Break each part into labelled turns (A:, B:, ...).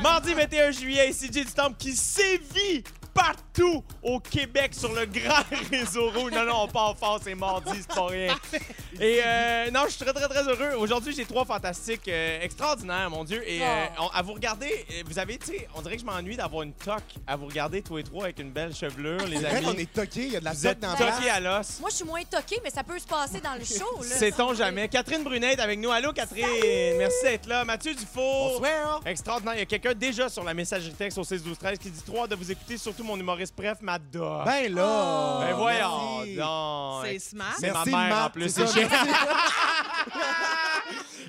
A: Mardi 21 juillet, ici J du Temple qui sévit partout au Québec sur le grand réseau rouge. Non, non, on part fort, c'est mardi, c'est pas rien. Et euh, non, je suis très, très, très heureux. Aujourd'hui, j'ai trois fantastiques euh, extraordinaires, mon Dieu. Et euh,
B: Oh.
A: on- à vous regarder, euh, vous avez, tu sais, on dirait que je m'ennuie d'avoir une toque à vous regarder tous les trois avec une belle chevelure, les
B: Hey, on
A: amis.
B: est toqué, il y a de la
A: Vous
B: toque
A: êtes
B: dans la place.
A: toqués à l'os.
C: Moi, je suis moins toquée, mais ça peut se passer dans le show. Là.
A: Sait-on jamais. Catherine Brunette avec nous. Allô, Catherine. Merci d'être là. Mathieu Dufour.
B: Bonsoir.
A: Extraordinaire. Il y a quelqu'un déjà sur la messagerie texte au 6 12 13 qui dit 3 de vous écouter, surtout mon humoriste préf, Madda.
B: Ben là!
A: Ben voyons
B: merci.
A: donc.
D: C'est smart.
A: C'est ma
B: Merci,
A: mère en
B: Marc,
A: plus.
B: c'est
A: C'est
B: ça,
A: chiant.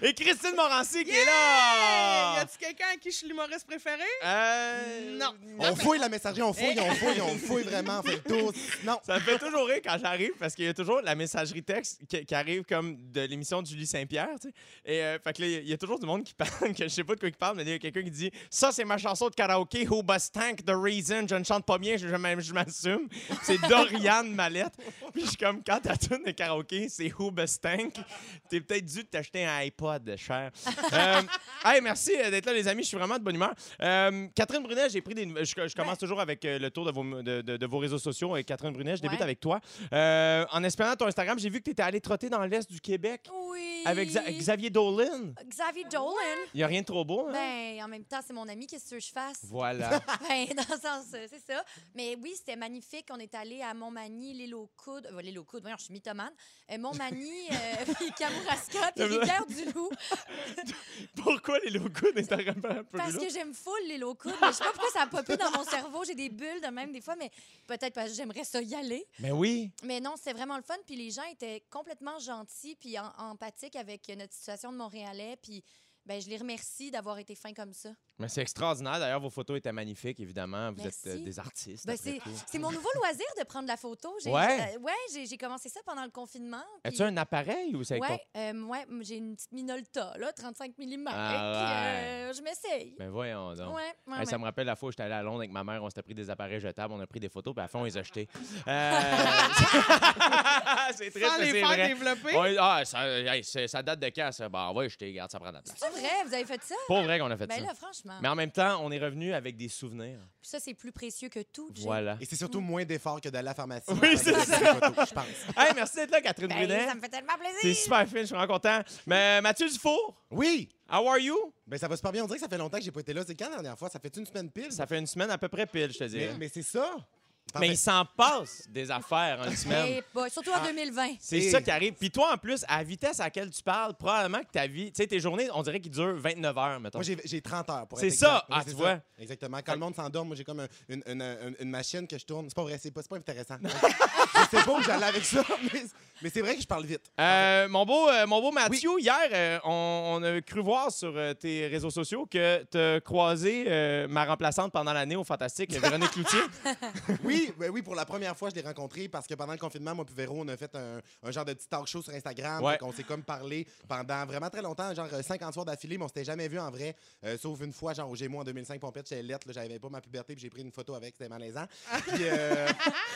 A: Et Christine Morancy qui est
D: Hey, y
A: là.
D: a-tu quelqu'un à qui je suis l'humoriste préféré?
A: Euh,
D: Non.
B: On fouille la messagerie, on fouille, on fouille, on fouille vraiment, on fait le tour. Non,
A: Ça me fait toujours rire quand j'arrive parce qu'il y a toujours la messagerie texte qui, qui arrive comme de l'émission de Julie Saint-Pierre. tu sais. Et euh, fait que là, il y a toujours du monde qui parle, que je sais pas de quoi il parle, mais là, il y a quelqu'un qui dit Ça, c'est ma chanson de karaoké, Who Bust Tank, The Reason. Je ne chante pas bien, je, je m'aime- je m'assume. C'est Dorian Mallette. Puis je suis comme Quand ta tune de karaoké, c'est Who Bust Tank, t'es peut-être dû t'acheter un iPod, cher. Euh, hey, merci euh, d'être là, les amis. Je suis vraiment de bonne humeur. Euh, Catherine Brunet, j'ai pris des nouvelles. Je, je commence toujours avec euh, le tour de vos, de, de- de vos réseaux sociaux. Et Catherine Brunet, je débute
C: Ouais.
A: avec toi. Euh, en espérant ton Instagram, j'ai vu que tu étais allé trotter dans l'Est du Québec
C: Oui.
A: avec Xa- Xavier Dolan.
C: Xavier Dolan.
A: Il n'y a rien de trop beau, hein?
C: Ben, en même temps, c'est mon ami, qu'est-ce que tu veux que je fasse?
A: Voilà.
C: Ben, dans le sens, euh, c'est ça. Mais oui, c'était magnifique. On est allé à Montmagny, l'île aux coudes. Euh, l'île aux coudes, voyons, je suis mythomane. Euh, Montmagny, euh, puis Kamouraska, puis Rivière-du-Loup.
A: Pourquoi les logos d'Instagram un peu
C: Parce
A: là?
C: que j'aime full l'île aux coudes. Mais je sais pas pourquoi ça a popé dans mon cerveau. J'ai des bulles de même des fois, mais peut-être parce que j'aimerais ça y aller.
A: Mais Ben oui.
C: Mais non, c'était vraiment le fun. Puis les gens étaient complètement gentils puis en- empathiques avec euh, notre situation de Montréalais. Puis ben, je les remercie d'avoir été fins comme ça.
A: Mais c'est extraordinaire. D'ailleurs, vos photos étaient magnifiques, évidemment. Vous
C: Merci.
A: êtes euh, des artistes.
C: Ben,
A: après
C: c'est
A: tout.
C: c'est mon nouveau loisir de prendre la photo. J'ai-
A: Ouais.
C: j'ai- euh, ouais, j'ai- j'ai commencé ça pendant le confinement. puis-
A: As-tu un appareil ou c'est avec ton-
C: Ouais, euh, ouais, m- j'ai une petite Minolta, là, 35 mm.
A: Ah ouais.
C: je m'essaye.
A: Ben voyons
C: Ouais,
A: donc.
C: ouais,
A: Hey, ça
C: ouais.
A: me rappelle la fois où j'étais allé à Londres avec ma mère, on s'était pris des appareils jetables, on a pris des photos, puis à fond, on les a jetés. Euh, c'est triste,
D: Sans
A: mais
D: les
A: c'est
D: faire
A: vrai.
D: développer.
A: Ouais, ah, ça, hey, c'est- ça date de quand, ça? Ben, on va les jeter, regarde, ça prend de la place.
C: C'est vrai, vous avez fait ça?
A: Pas vrai qu'on a fait
C: Ben
A: ça.
C: là, franchement.
A: Mais en même temps, on est revenu avec des souvenirs.
C: Ça, c'est plus précieux que tout. Jay.
A: Voilà.
B: et c'est surtout moins d'efforts que d'aller à la pharmacie.
A: Oui, c'est
B: Avec des photos, Je pense.
A: hey, merci d'être là, Catherine
C: Ben,
A: Brunet.
C: ça me fait tellement plaisir.
A: C'est super fine, je suis vraiment content. Mais Mathieu Dufour,
B: Oui!
A: how are you?
B: Ben ça va super bien. On dirait que ça fait longtemps que j'ai pas été là. C'est quand la dernière fois? Ça fait une semaine pile?
A: Ça fait une semaine à peu près pile, je te dis.
B: mais, mais c'est ça! ben,
A: Mais il s'en passe des affaires en une semaine.
C: Eh boy, surtout
A: Ah.
C: en 2020.
A: C'est
B: Et-
A: ça qui arrive. Puis toi, en plus, à la vitesse à laquelle tu parles, probablement que ta vie, tu sais, tes journées, on dirait qu'ils durent 29 heures, mettons.
B: Moi, j'ai j'ai 30 heures pour
A: C'est
B: être
A: ça!
B: exact. Oui,
A: Ah,
B: c'est
A: tu
B: ça.
A: vois.
B: Exactement. Quand le monde s'endort, moi, j'ai comme un- une, une- une- une machine que je tourne. C'est pas vrai, c'est pas, c'est pas intéressant. je sais pas où j'allais avec ça, mais, mais c'est vrai que je parle vite.
A: Euh, mon, beau, euh, mon beau Mathieu, hier, euh, on, on a cru voir sur euh, tes réseaux sociaux que tu as croisé euh, ma remplaçante pendant l'année au Fantastique, Véronique Cloutier.
B: Oui, ben oui, pour la première fois, je l'ai rencontré parce que pendant le confinement, moi et Véro, on a fait un, un genre de petit talk show sur Instagram.
A: Ouais.
B: On s'est comme parlé pendant vraiment très longtemps, genre euh, 50 soirs d'affilée, mais on s'était jamais vu en vrai, euh, sauf une fois, genre au Gémeaux en 2005, Pompette, chez Lettre, là, j'avais pas ma puberté, puis j'ai pris une photo avec, c'était malaisant. Puis, euh,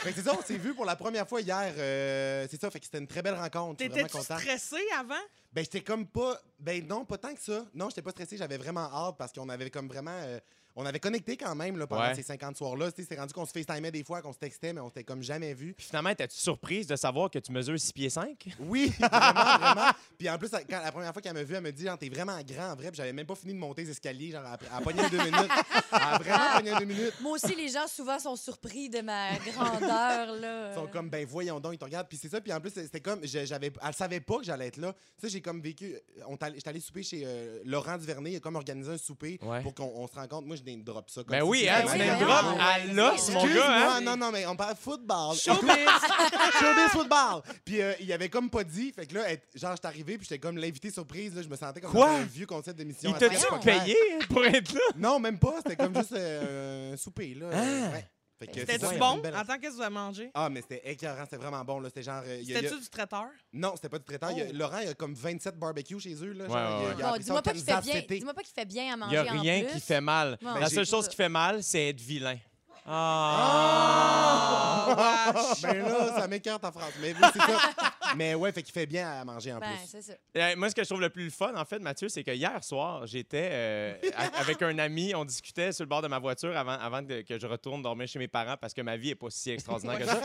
B: fait que c'est ça, on s'est vu pour la première fois hier. euh, c'est ça, fait que c'était une très belle rencontre. Je suis
D: T'étais-tu
B: vraiment content.
D: stressé avant?
B: Ben, j'étais comme pas. Ben, non, pas tant que ça. Non, j'étais pas stressé. J'avais vraiment hâte parce qu'on avait comme vraiment. euh, on avait connecté quand même là, pendant
A: Ouais.
B: ces 50 soirs-là. Tu sais, C'est rendu qu'on se FaceTimait des fois, qu'on se textait, mais on s'était comme jamais vu.
A: Puis finalement, étais-tu surprise de savoir que tu mesures 6 pieds 5?
B: Oui, vraiment, vraiment. Puis en plus, quand, la première fois qu'elle m'a vu, elle me dit genre, T'es vraiment grand en vrai. Puis j'avais même pas fini de monter les escaliers. Genre, elle a pogné deux minutes. Elle a vraiment pogné deux minutes.
C: Moi aussi, les gens souvent sont surpris de ma grandeur. Là.
D: Euh.
B: Ils sont comme, ben voyons donc, ils te regardent. Puis c'est ça. Puis en plus, c'était comme, je- j'avais, elle savait pas que j'allais être là. Ça, j'ai comme vécu. on est allé- J'étais allé souper chez euh, Laurent Duvernay, il a comme organisé un souper
A: Ouais.
B: pour qu'on on se rencontre. Moi, je name drop ça. Comme
A: Ben
B: ça.
A: oui, hein,
C: Ben
A: tu
C: oui,
A: mets le
C: voyons.
A: drop
C: Ouais.
A: à l'os, mon
B: Excuse-moi,
A: gars. hein.
B: non, non, mais on parle football.
D: Showbiz!
B: Showbiz football. Puis euh, il avait comme pas dit. Fait que là, être- genre, j'étais arrivé, puis j'étais comme l'invité surprise. là, je me sentais comme
A: Quoi?
B: dans un vieux concept d'émission.
A: Il
B: à
A: t'a
B: faire,
A: dit
B: c'est pas
A: payé pour être là?
B: clair. Non, même pas. C'était comme juste euh, un souper, là.
A: Ah.
B: Ouais. Fait que c'est
D: C'était-tu
B: ça,
D: bon?
B: une belle-
D: En tant que vous avez mangé?
B: Ah, mais c'était écœurant. C'était vraiment bon, là. C'était genre. euh, il y a- il y a-
D: C'était-tu du traiteur?
B: Non, c'était pas du traiteur. Il y a- Laurent, il a comme 27 barbecues chez eux, là.
A: Ouais,
B: genre, il a-
A: ouais,
B: il a
C: Bon,
B: appris
C: Oh.
B: ça au
C: dis-moi pas qu'il fait
B: Kansas
C: bien.
B: cet été.
C: Dis-moi pas qu'il fait bien à
A: Il
C: manger.
A: n'y a
C: en
A: rien
C: plus.
A: qui fait mal.
C: Bon.
A: La
C: Ben,
A: seule
C: j'ai-
A: chose qui fait mal, c'est être vilain.
D: Ah! Wesh.
B: Ben là, ça m'écarte en France. Mais oui, c'est ça. Mais ouais, fait qu'il fait bien à manger en
C: Ben,
B: plus.
C: c'est ça.
A: Euh, Moi, ce que je trouve le plus fun, en fait, Mathieu, c'est que hier soir, j'étais euh, a- avec un ami, on discutait sur le bord de ma voiture avant, avant de- que je retourne dormir chez mes parents parce que ma vie est pas si extraordinaire que ça.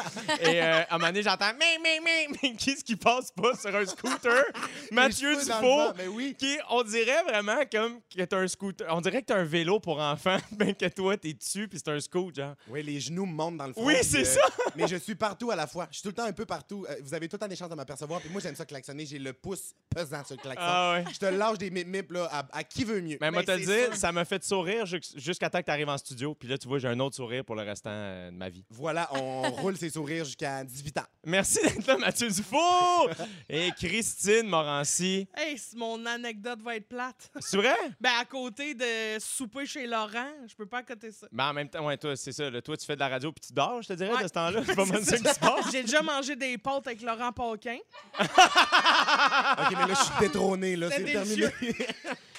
A: Et euh, à un moment donné, j'entends mais, mais, mais, mais, qu'est-ce qui passe pas sur un scooter? Mathieu
B: Les cheveux dans le
A: Dufault,
B: vent, Ben oui.
A: qui, on dirait vraiment comme que t'as un scooter. On dirait que t'as un vélo pour enfants, mais que toi, t'es dessus, puis c'est un scoot, genre.
B: Oui, les genoux me montent dans le front.
A: Oui,
B: puis,
A: c'est
B: euh,
A: ça.
B: Mais je suis partout à la fois. Je suis tout le temps un peu partout. Euh, vous avez tout le temps des chances de m'apercevoir. Puis moi, j'aime ça klaxonner. J'ai le pouce pesant sur le klaxon.
A: Ah ouais.
B: Je te lâche des mip-mip là, à, à qui veut mieux.
A: Mais moi, te
B: Ben,
A: le
B: c'est
A: dire,
B: ça.
A: ça m'a fait sourire jus- jusqu'à temps que t'arrives en studio. Puis là, tu vois, j'ai un autre sourire pour le restant euh, de ma vie.
B: Voilà, on roule ses sourires jusqu'à 18 ans.
A: Merci d'être là, Mathieu Dufour et Christine Morancy.
D: Hey, si mon anecdote va être plate.
A: C'est vrai?
D: Ben, à côté de souper chez Laurent, je peux pas accoter ça.
A: Mais Ben, en même temps, ouais, toi, c'est ça. là, toi, tu fais de la radio puis tu dors, je te dirais,
D: Ouais.
A: de ce temps-là. C'est pas mal ça qui se passe.
D: J'ai déjà mangé des pâtes avec Laurent Paquin.
B: OK, mais là, je suis détrôné. là,
D: C'est
B: C'est terminé.
D: délicieux.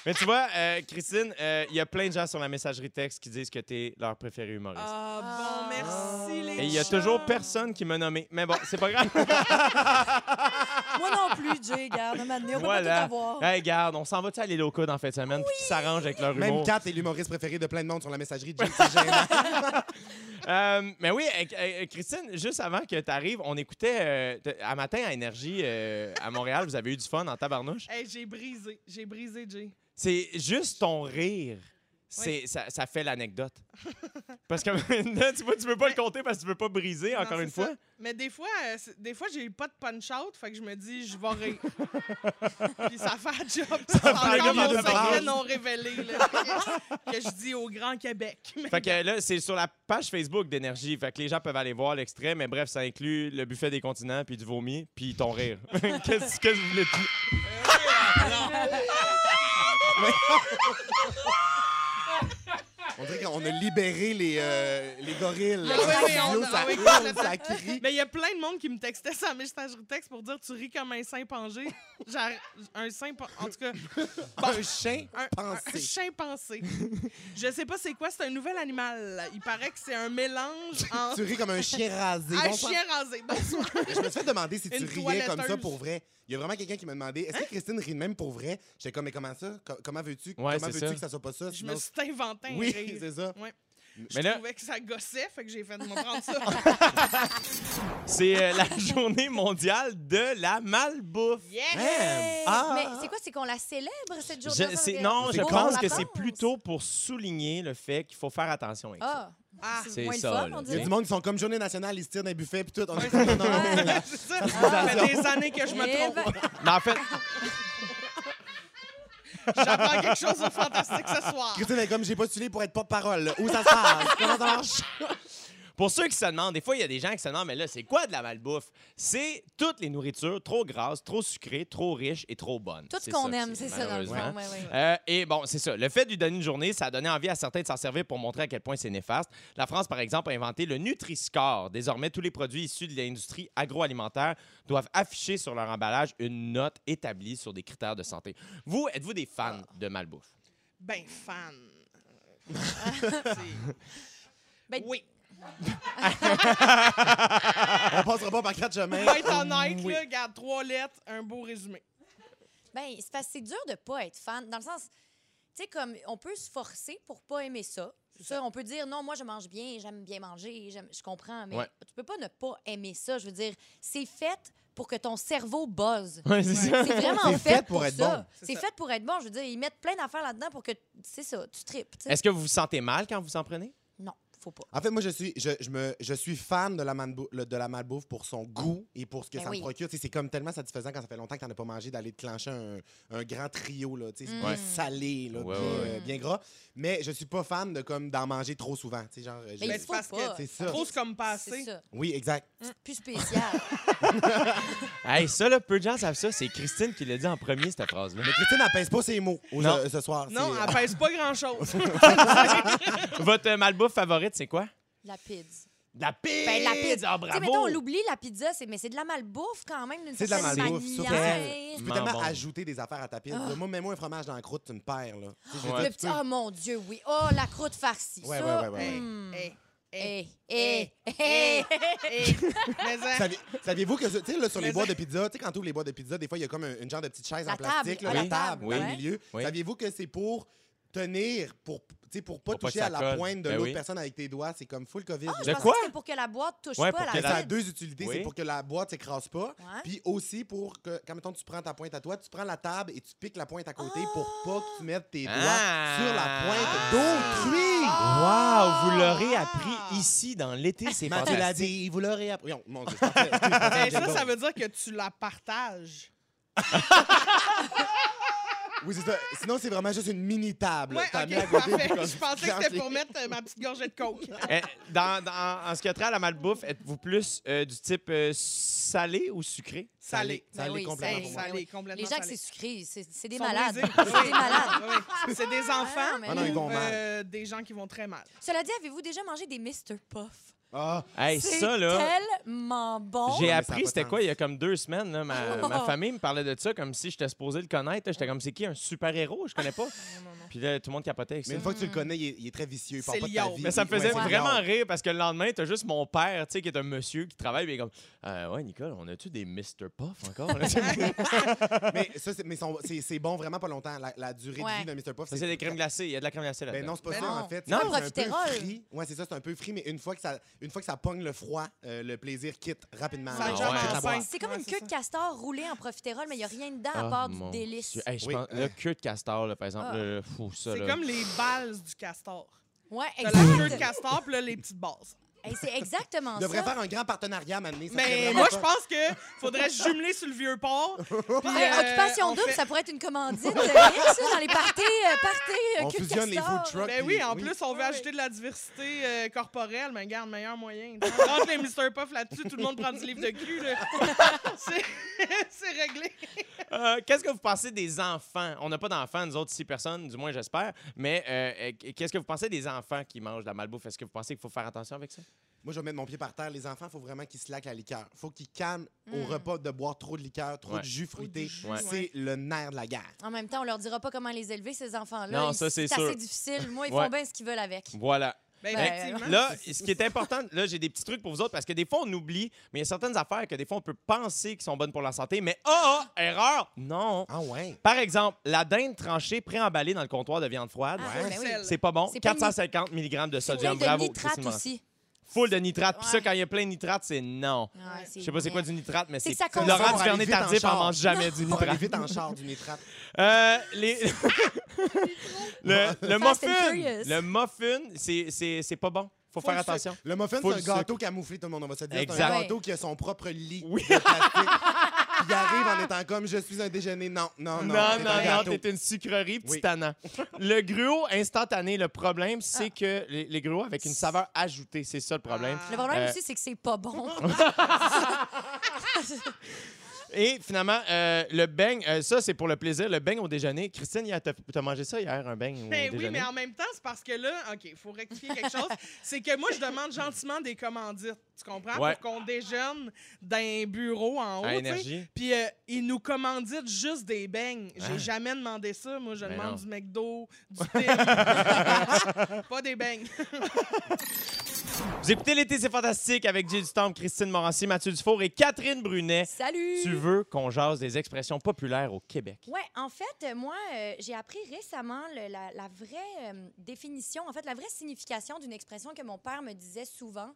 A: Mais tu vois, euh, Christine, euh, il y a plein de gens sur la messagerie texte qui disent que t'es leur préféré humoriste.
D: Ah,
C: Ah.
D: bon, merci les
A: Et il y a
D: gens.
A: toujours personne qui m'a nommé. Mais bon, c'est pas grave.
C: Moi non plus, Jay, garde. Maintenant, on peut pas
A: voilà.
C: tout avoir.
A: Hey, regarde, on s'en va-tu à l'Élo Coude en fin de semaine? Puis qui s'arrange avec leur
B: Même
A: humour.
B: Kat est l'humoriste préféré de plein de monde sur la messagerie de Jim, c'est gênant.
A: Euh, mais oui, euh, euh, Christine, juste avant que tu arrives, on écoutait euh, t- à matin à Énergie euh, à Montréal. Vous avez eu du fun en tabarnouche.
D: Hey, j'ai brisé, j'ai brisé, Jay.
A: C'est juste ton rire. C'est, ça, ça fait l'anecdote. parce que maintenant, tu vois, tu peux pas le compter parce que tu veux pas briser, encore
D: Non,
A: une
D: c'est
A: fois.
D: ça. Mais des fois, euh, c'est- des fois j'ai pas de punch-out, fait que je me dis, je vais rire. Puis ça fait un job. Ça
A: fait un
D: encore
A: job
D: mon
A: de
D: secret
A: base.
D: non révélé, là, que- que je dis au Grand Québec.
A: Fait que euh, là, c'est sur la page Facebook d'Énergie. Fait que les gens peuvent aller voir l'extrait, mais bref, ça inclut le buffet des continents, puis du vomi, puis ton rire. qu'est-ce, qu'est-ce que vous voulez de plus?
B: On dirait qu'on a libéré les, euh, les gorilles.
D: Ah oui, oui, on-
B: Yo,
D: ah
B: ça
D: oui,
B: hurle,
D: complètement.
B: ça crie.
D: Mais il y a plein de monde qui me textait sa messagerie texte pour dire tu ris comme un chimpanzé. Genre un chimpanzé. En tout cas,
B: Un chien
D: un, un
B: pensé.
D: chimpanzé. Je sais pas c'est quoi, c'est un nouvel animal. Il paraît que c'est un mélange entre
B: Tu ris comme un chien rasé.
D: un
B: Bon sang.
D: chien rasé. Bonsoir.
B: Je me suis fait demander si tu
D: Une
B: riais comme ça
D: toiletteuse. Hein?
B: pour vrai. Il y a vraiment quelqu'un qui m'a demandé est-ce que Christine rit de même pour vrai J'étais comme mais comment ça Co- Comment veux-tu
A: Ouais,
B: comment
A: c'est
B: veux-tu
A: ça.
B: que ça soit pas ça
D: Je
B: sinon-
D: me suis inventé un
B: Oui,
D: rire.
B: c'est ça.
D: Ouais.
A: Mais
D: Je
A: là,
D: trouvais que ça gossait, fait que j'ai fait de me prendre ça.
A: c'est euh, la journée mondiale de la malbouffe.
D: Yes!
A: Man.
B: Ah!
C: Mais c'est quoi? C'est qu'on la célèbre, cette
A: Je-
C: journée?
A: c'est- non, je
B: C'est
A: pense
B: con.
A: que c'est plutôt pour souligner le fait qu'il faut faire attention avec ça.
C: Ah,
D: Ah,
C: c'est
A: C'est
C: moins le
A: ça,
C: fun,
A: là.
C: on
B: Il y a
C: dirait.
B: du monde qui sont comme journée nationale, ils se tirent d'un buffet puis tout. On est
D: Ouais.
B: comme, non, non,
C: Ouais.
B: non, non.
D: c'est ça. Ça fait des années que je
C: Eh
D: me trompe.
C: ben,
A: Mais en fait,
D: J'apprends quelque chose de fantastique ce soir.
B: Christine est comme j'ai postulé pour être porte-parole. Où ça se passe Comment ça marche
A: pour ceux qui se demandent, des fois, il y a des gens qui se demandent, mais là, c'est quoi de la malbouffe? C'est toutes les nourritures trop grasses, trop sucrées, trop riches et trop bonnes.
C: tout ce
A: C'est
C: qu'on
A: ça,
C: aime, c'est ça, dans le
A: malheureusement.
C: fond. ouais, ouais.
A: Euh, et bon, c'est ça. Le fait de lui donner une journée, ça a donné envie à certains de s'en servir pour montrer à quel point c'est néfaste. La France, par exemple, a inventé le Nutri-Score. Désormais, tous les produits issus de l'industrie agroalimentaire doivent afficher sur leur emballage une note établie sur des critères de santé. Vous, êtes-vous des fans
C: Ah.
A: de malbouffe?
D: Ben, fan. C'est-
C: Ben,
D: oui.
B: On passera pas par quatre chemins.
D: Pour être honnête, là, regarde, trois lettres, un beau résumé.
C: Ben, c'est parce que c'est dur de pas être fan. Dans le sens, tu sais, comme on peut se forcer pour pas aimer ça. Ça, on peut dire non, moi je mange bien, j'aime bien manger, j'aime- je comprends, mais
A: Ouais.
C: tu peux pas ne pas aimer ça. Je veux dire, c'est fait pour que ton cerveau buzz.
A: Oui, c'est
C: C'est vraiment
B: C'est
C: fait,
B: fait pour
C: pour
B: être
C: ça.
B: bon.
C: C'est
D: ça.
C: fait pour être bon. Je veux dire, ils mettent plein d'affaires là-dedans pour que, c'est ça, tu tripes. tu sais.
A: Est-ce que vous vous sentez mal quand vous en prenez?
C: Non, faut pas.
B: En fait, moi, je suis, je, je me, je suis fan de la, manbou- le- de la malbouffe pour son goût et pour ce que
C: Ben
B: ça
C: oui.
B: me procure. Tu sais, C'est comme tellement satisfaisant quand ça fait longtemps que tu n'en as pas mangé d'aller te clencher un, un grand trio, là, tu sais, c'est
C: Ouais.
B: bien salé, là,
A: Ouais,
B: bien,
A: ouais,
C: ouais.
B: euh, bien gras. Mais je suis pas fan de comme d'en manger trop souvent. tu sais, Genre, je-
C: Mais
D: Ben,
C: il
D: c'est
C: faut
D: parce que
C: pas.
B: c'est ça.
D: Trop, c'est comme pas
C: C'est
D: assez.
C: ça.
B: Oui, exact.
C: C'est plus spécial.
A: Hey, ça, là, peu de gens savent ça. C'est Christine qui l'a dit en premier, cette phrase-là.
B: Mais Christine, elle pèse pas ses mots au-
A: Non.
B: euh, ce soir.
D: Non,
B: C'est-
D: elle pèse pas grand-chose.
A: Votre euh, malbouffe favorite, c'est quoi?
C: la pizza.
A: La pizza!
C: Ben, la pizza.
A: Ah,
C: Tu sais,
A: bravo!
C: mettons, on l'oublie, la pizza, c'est- mais c'est de la malbouffe quand même, d'une
B: C'est de la
C: certaine
B: malbouffe, ça,
C: manière.
B: Tu peux
A: Tellement
B: tellement
A: bon.
B: ajouter des affaires à ta pizza. Moi, mets-moi un fromage dans la croûte, tu me perds. Là. Tu sais, je veux
A: Ouais.
B: dire,
C: Ah. Le
B: tu
C: petit,
B: peux-
C: oh mon Dieu, oui. Oh, la croûte farcie.
B: Ouais,
C: ça,
B: ouais, ouais, ouais, ouais.
C: hmm. eh,
D: Hey, hey,
C: Hey,
D: eh,
C: hey, hey.
D: hey, hey. Mais, hein,
B: Savi- Saviez-vous que, ce- tu sais, là, sur
D: Mais
B: les boîtes
D: ça-
B: de pizza, tu sais, quand tu les boîtes de pizza, des fois, il y a comme un- une genre de petite chaise
C: La
B: en plastique,
C: table,
B: là,
C: ah,
B: la
A: oui,
B: table
A: oui,
B: dans le milieu.
A: oui.
B: Saviez-vous que c'est pour tenir, pour, tu sais, pour pas
A: Pour pas
B: toucher
A: que ça
B: à la
A: colle.
B: pointe de
A: Ben
B: l'autre
A: oui.
B: personne avec tes doigts? C'est comme full COVID.
C: Je
A: Le
C: pensais
A: quoi?
C: que c'était pour que la boîte touche
A: Ouais,
C: pas
A: pour
C: à
A: que
C: la
B: Ça a
C: vide.
B: deux utilités.
A: Oui.
B: C'est pour que la boîte s'écrase pas,
C: Ouais.
B: puis aussi pour que, quand mettons, tu prends ta pointe à toi, tu prends la table et tu piques la pointe à côté pour pas que tu mettes tes doigts
A: Ah!
B: sur la pointe
C: Ah!
B: d'autrui.
A: Wow, vous l'aurez appris ici, dans l'été, c'est
B: Mathieu l'a
A: fantastique.
B: dit, vous l'aurez appris. Non, mon Dieu, je pensais- je pensais
D: mais
B: que
D: ben,
B: j'étais
D: ça, ça
B: bon.
D: veut dire que tu la partages.
B: Oui, c'est ça. Sinon, c'est vraiment juste une mini-table.
D: Ouais,
B: T'as mis à
D: ok,
B: côté
D: parfait.
B: pour comme
D: Je pensais que c'était
B: plancher.
D: pour mettre euh, ma petite gorgée de coke.
A: Eh, dans, dans- en ce qui a trait à la malbouffe, êtes-vous plus euh, du type euh, salé ou sucré?
D: Salé.
B: Ça
C: Ben
B: l'est
C: oui,
B: complètement
C: ça
B: pour
C: l'est.
B: moi.
C: Ouais, ouais.
D: Salé, complètement
C: Les gens que
D: salé.
C: c'est sucré, c'est c'est des
D: Ils sont
C: malades.
D: brisés.
C: C'est des malades.
D: Oui, oui. C'est des
C: Ah
D: enfants
C: non, mais
B: Ah non,
C: non.
B: ils
D: ou
B: vont mal.
D: euh, des gens qui vont très mal.
C: Cela dit, avez-vous déjà mangé des Mr. Puff?
B: Ah,
A: Hey,
C: c'est
A: ça, là.
C: tellement bon.
A: J'ai
B: mais ça a pas
A: appris,
B: de
A: c'était
B: sens.
A: quoi, il y Ah, a comme deux semaines. là, ma,
C: Oh.
A: ma famille me parlait de ça comme si j'étais supposé le connaître. là. J'étais comme, c'est qui un super-héros? Je connais pas. Puis là, tout le monde capotait avec ça.
B: mais une fois que tu le connais, il est, il est très vicieux. Il parle
D: C'est
B: pas de ta
D: lion.
B: vie.
A: Mais ça me
B: Ouais,
A: faisait
B: c'est
A: vraiment
B: lion.
A: rire parce que le lendemain, t'as juste mon père, tu sais, qui est un monsieur qui travaille, puis il est comme Euh, Ouais, Nicole, on a-tu des Mr. Puff encore là?
B: Mais ça, c'est- mais son- c'est c'est bon vraiment pas longtemps. La, la durée
C: Ouais.
B: de vie de Mr. Puff,
A: Ça, c'est des crèmes glacées. Il y a de la crème glacée
B: Ben
A: là-dedans.
B: non, c'est pas
D: Ben
B: ça,
C: non.
B: en fait.
A: Non.
B: C'est comme c'est un peu
C: Profiterole.
B: frit. Ouais, c'est ça, c'est un peu frit, mais une fois que ça, une fois que ça pogne le froid, euh, le plaisir quitte rapidement. Ah
D: Ça
B: là.
A: le
B: Tu quittes
A: jase
B: la
D: en
B: boîte.
D: cinq.
C: C'est comme
D: Ouais,
C: une
D: c'est
C: queue
D: ça.
C: de castor roulée en profiterole, mais il n'y a rien dedans
A: Ah,
B: Oh,
C: à part
A: mon
C: du délice.
A: Dieu. Hey, je
B: Oui,
A: pense,
B: euh.
A: Le queue de castor, là, par exemple,
C: Ah.
A: le- fou, ça.
D: C'est
A: là.
D: comme les balles du castor.
C: Ouais,
D: T'as la queue de
C: exact.
D: castor, puis là, les petites bases.
C: Hey, c'est exactement
B: On devrait
C: ça.
B: faire un grand partenariat maintenant.
D: Mais moi, je pense que faudrait se jumeler sur le vieux port. puis,
C: Ouais,
D: euh,
C: occupation
D: on
C: double,
D: fait-
C: ça pourrait être une commandite. euh, ça, dans les parties, euh, parties euh,
B: On
C: queue de
B: fusionne les
C: castor.
B: food trucks.
D: Ben
B: puis-
D: oui, en plus, on veut
C: Ah oui.
D: ajouter de la diversité euh, corporelle, mais garde, meilleur moyen. On rentre les Mr. Puff là-dessus, tout le monde prend du livre de cul. là. C'est c'est réglé.
A: Euh, Qu'est-ce que vous pensez des enfants? On n'a pas d'enfants, nous autres, six personnes, du moins, j'espère. Mais euh, euh, qu'est-ce que vous pensez des enfants qui mangent de la malbouffe? Est-ce que vous pensez qu'il faut faire attention avec ça?
B: Moi, je vais mettre mon pied par terre. Les enfants, faut vraiment qu'ils se laquent la liqueur. faut qu'ils calment au repas de boire trop de liqueur, trop
A: Ouais.
B: de jus fruité.
D: Hmm. jus,
A: Ouais.
B: C'est le nerf de la guerre.
C: En même temps, on leur dira pas comment les élever, ces enfants-là.
A: Non,
C: Ils-
A: ça, c'est sûr.
C: assez difficile. Moi, ils
A: Ouais.
C: font bien ce qu'ils veulent avec.
A: Voilà.
D: Ben,
C: Ben,
D: effectivement.
A: Là, ce qui est important, là, j'ai des petits trucs pour vous autres parce que des fois, on oublie, mais il y a certaines affaires que des fois, on peut penser qui sont bonnes pour la santé, mais ah, ah, erreur! Non!
B: Ah ouais?
A: Par exemple, la dinde tranchée préemballée dans le comptoir de viande froide.
C: Ah,
D: Ouais.
C: ben oui.
A: C'est pas bon.
C: C'est pas une-
A: 450 mg de
C: Plein
A: sodium.
C: de
A: Bravo.
C: nitrate
A: Christine.
C: aussi.
A: Full de nitrate. Puis ça,
C: Ouais.
A: quand il y a plein de nitrate, c'est non.
C: Ouais,
A: Je sais pas c'est quoi du nitrate, mais
C: C'est
A: c'est.
C: que ça consomme.
B: Ça,
A: Laurent
B: pour aller
A: Duvernay
B: vite en
A: Tardif en
B: char.
A: mange jamais du
B: On
A: nitrate.
B: arrive vite en char d'une étrape.
A: Euh, les- le, le
C: Fast and
A: muffin,
C: Furious.
A: le muffin, c'est- c'est c'est pas bon. Faut,
D: Faut
A: faire
D: le
A: attention.
B: Le muffin, c'est
A: Full
B: un gâteau camouflé, tout le monde, on va se dire. C'est
A: Exact.
B: un gâteau qui a son propre lit
A: Oui.
B: de plastique. Puis Il arrive en étant comme je suis un déjeuner. Non, non, non.
A: Non,
B: c'est
A: non,
B: un
A: non,
B: gâteau.
A: t'es une sucrerie, petit
B: Oui.
A: tannant. Le gruau instantané, le problème,
C: Ah.
A: c'est que les, les gruaux avec une saveur ajoutée, c'est ça le problème.
C: Le problème
A: Euh,
C: aussi, c'est que c'est pas bon.
A: Et finalement, euh, le beigne, euh, ça, c'est pour le plaisir, le beigne au déjeuner. Christine, hier, t'as t'as mangé ça hier, un beigne au
D: Ben oui,
A: déjeuner?
D: mais en même temps, c'est parce que là, OK, il faut rectifier quelque chose. C'est que moi, je demande gentiment des commandites, tu comprends?
A: Ouais.
D: Pour qu'on déjeune d'un bureau en haut.
A: À
D: tu sais.
A: énergie.
D: Puis euh, ils nous commanditent juste des beignes. J'ai
A: Hein?
D: jamais demandé ça. Moi, je
A: Ben
D: demande
A: non.
D: du McDo, du Tim. Pas des beignes.
A: Vous écoutez L'été, c'est fantastique avec Jay Dutombe, Christine Morancy, Mathieu Dufour et Catherine Brunet.
C: Salut!
A: Tu veux qu'on jase des expressions populaires au Québec?
C: Ouais, en fait, euh, moi, euh, j'ai appris récemment le- la, la vraie euh, définition, en fait, la vraie signification d'une expression que mon père me disait souvent.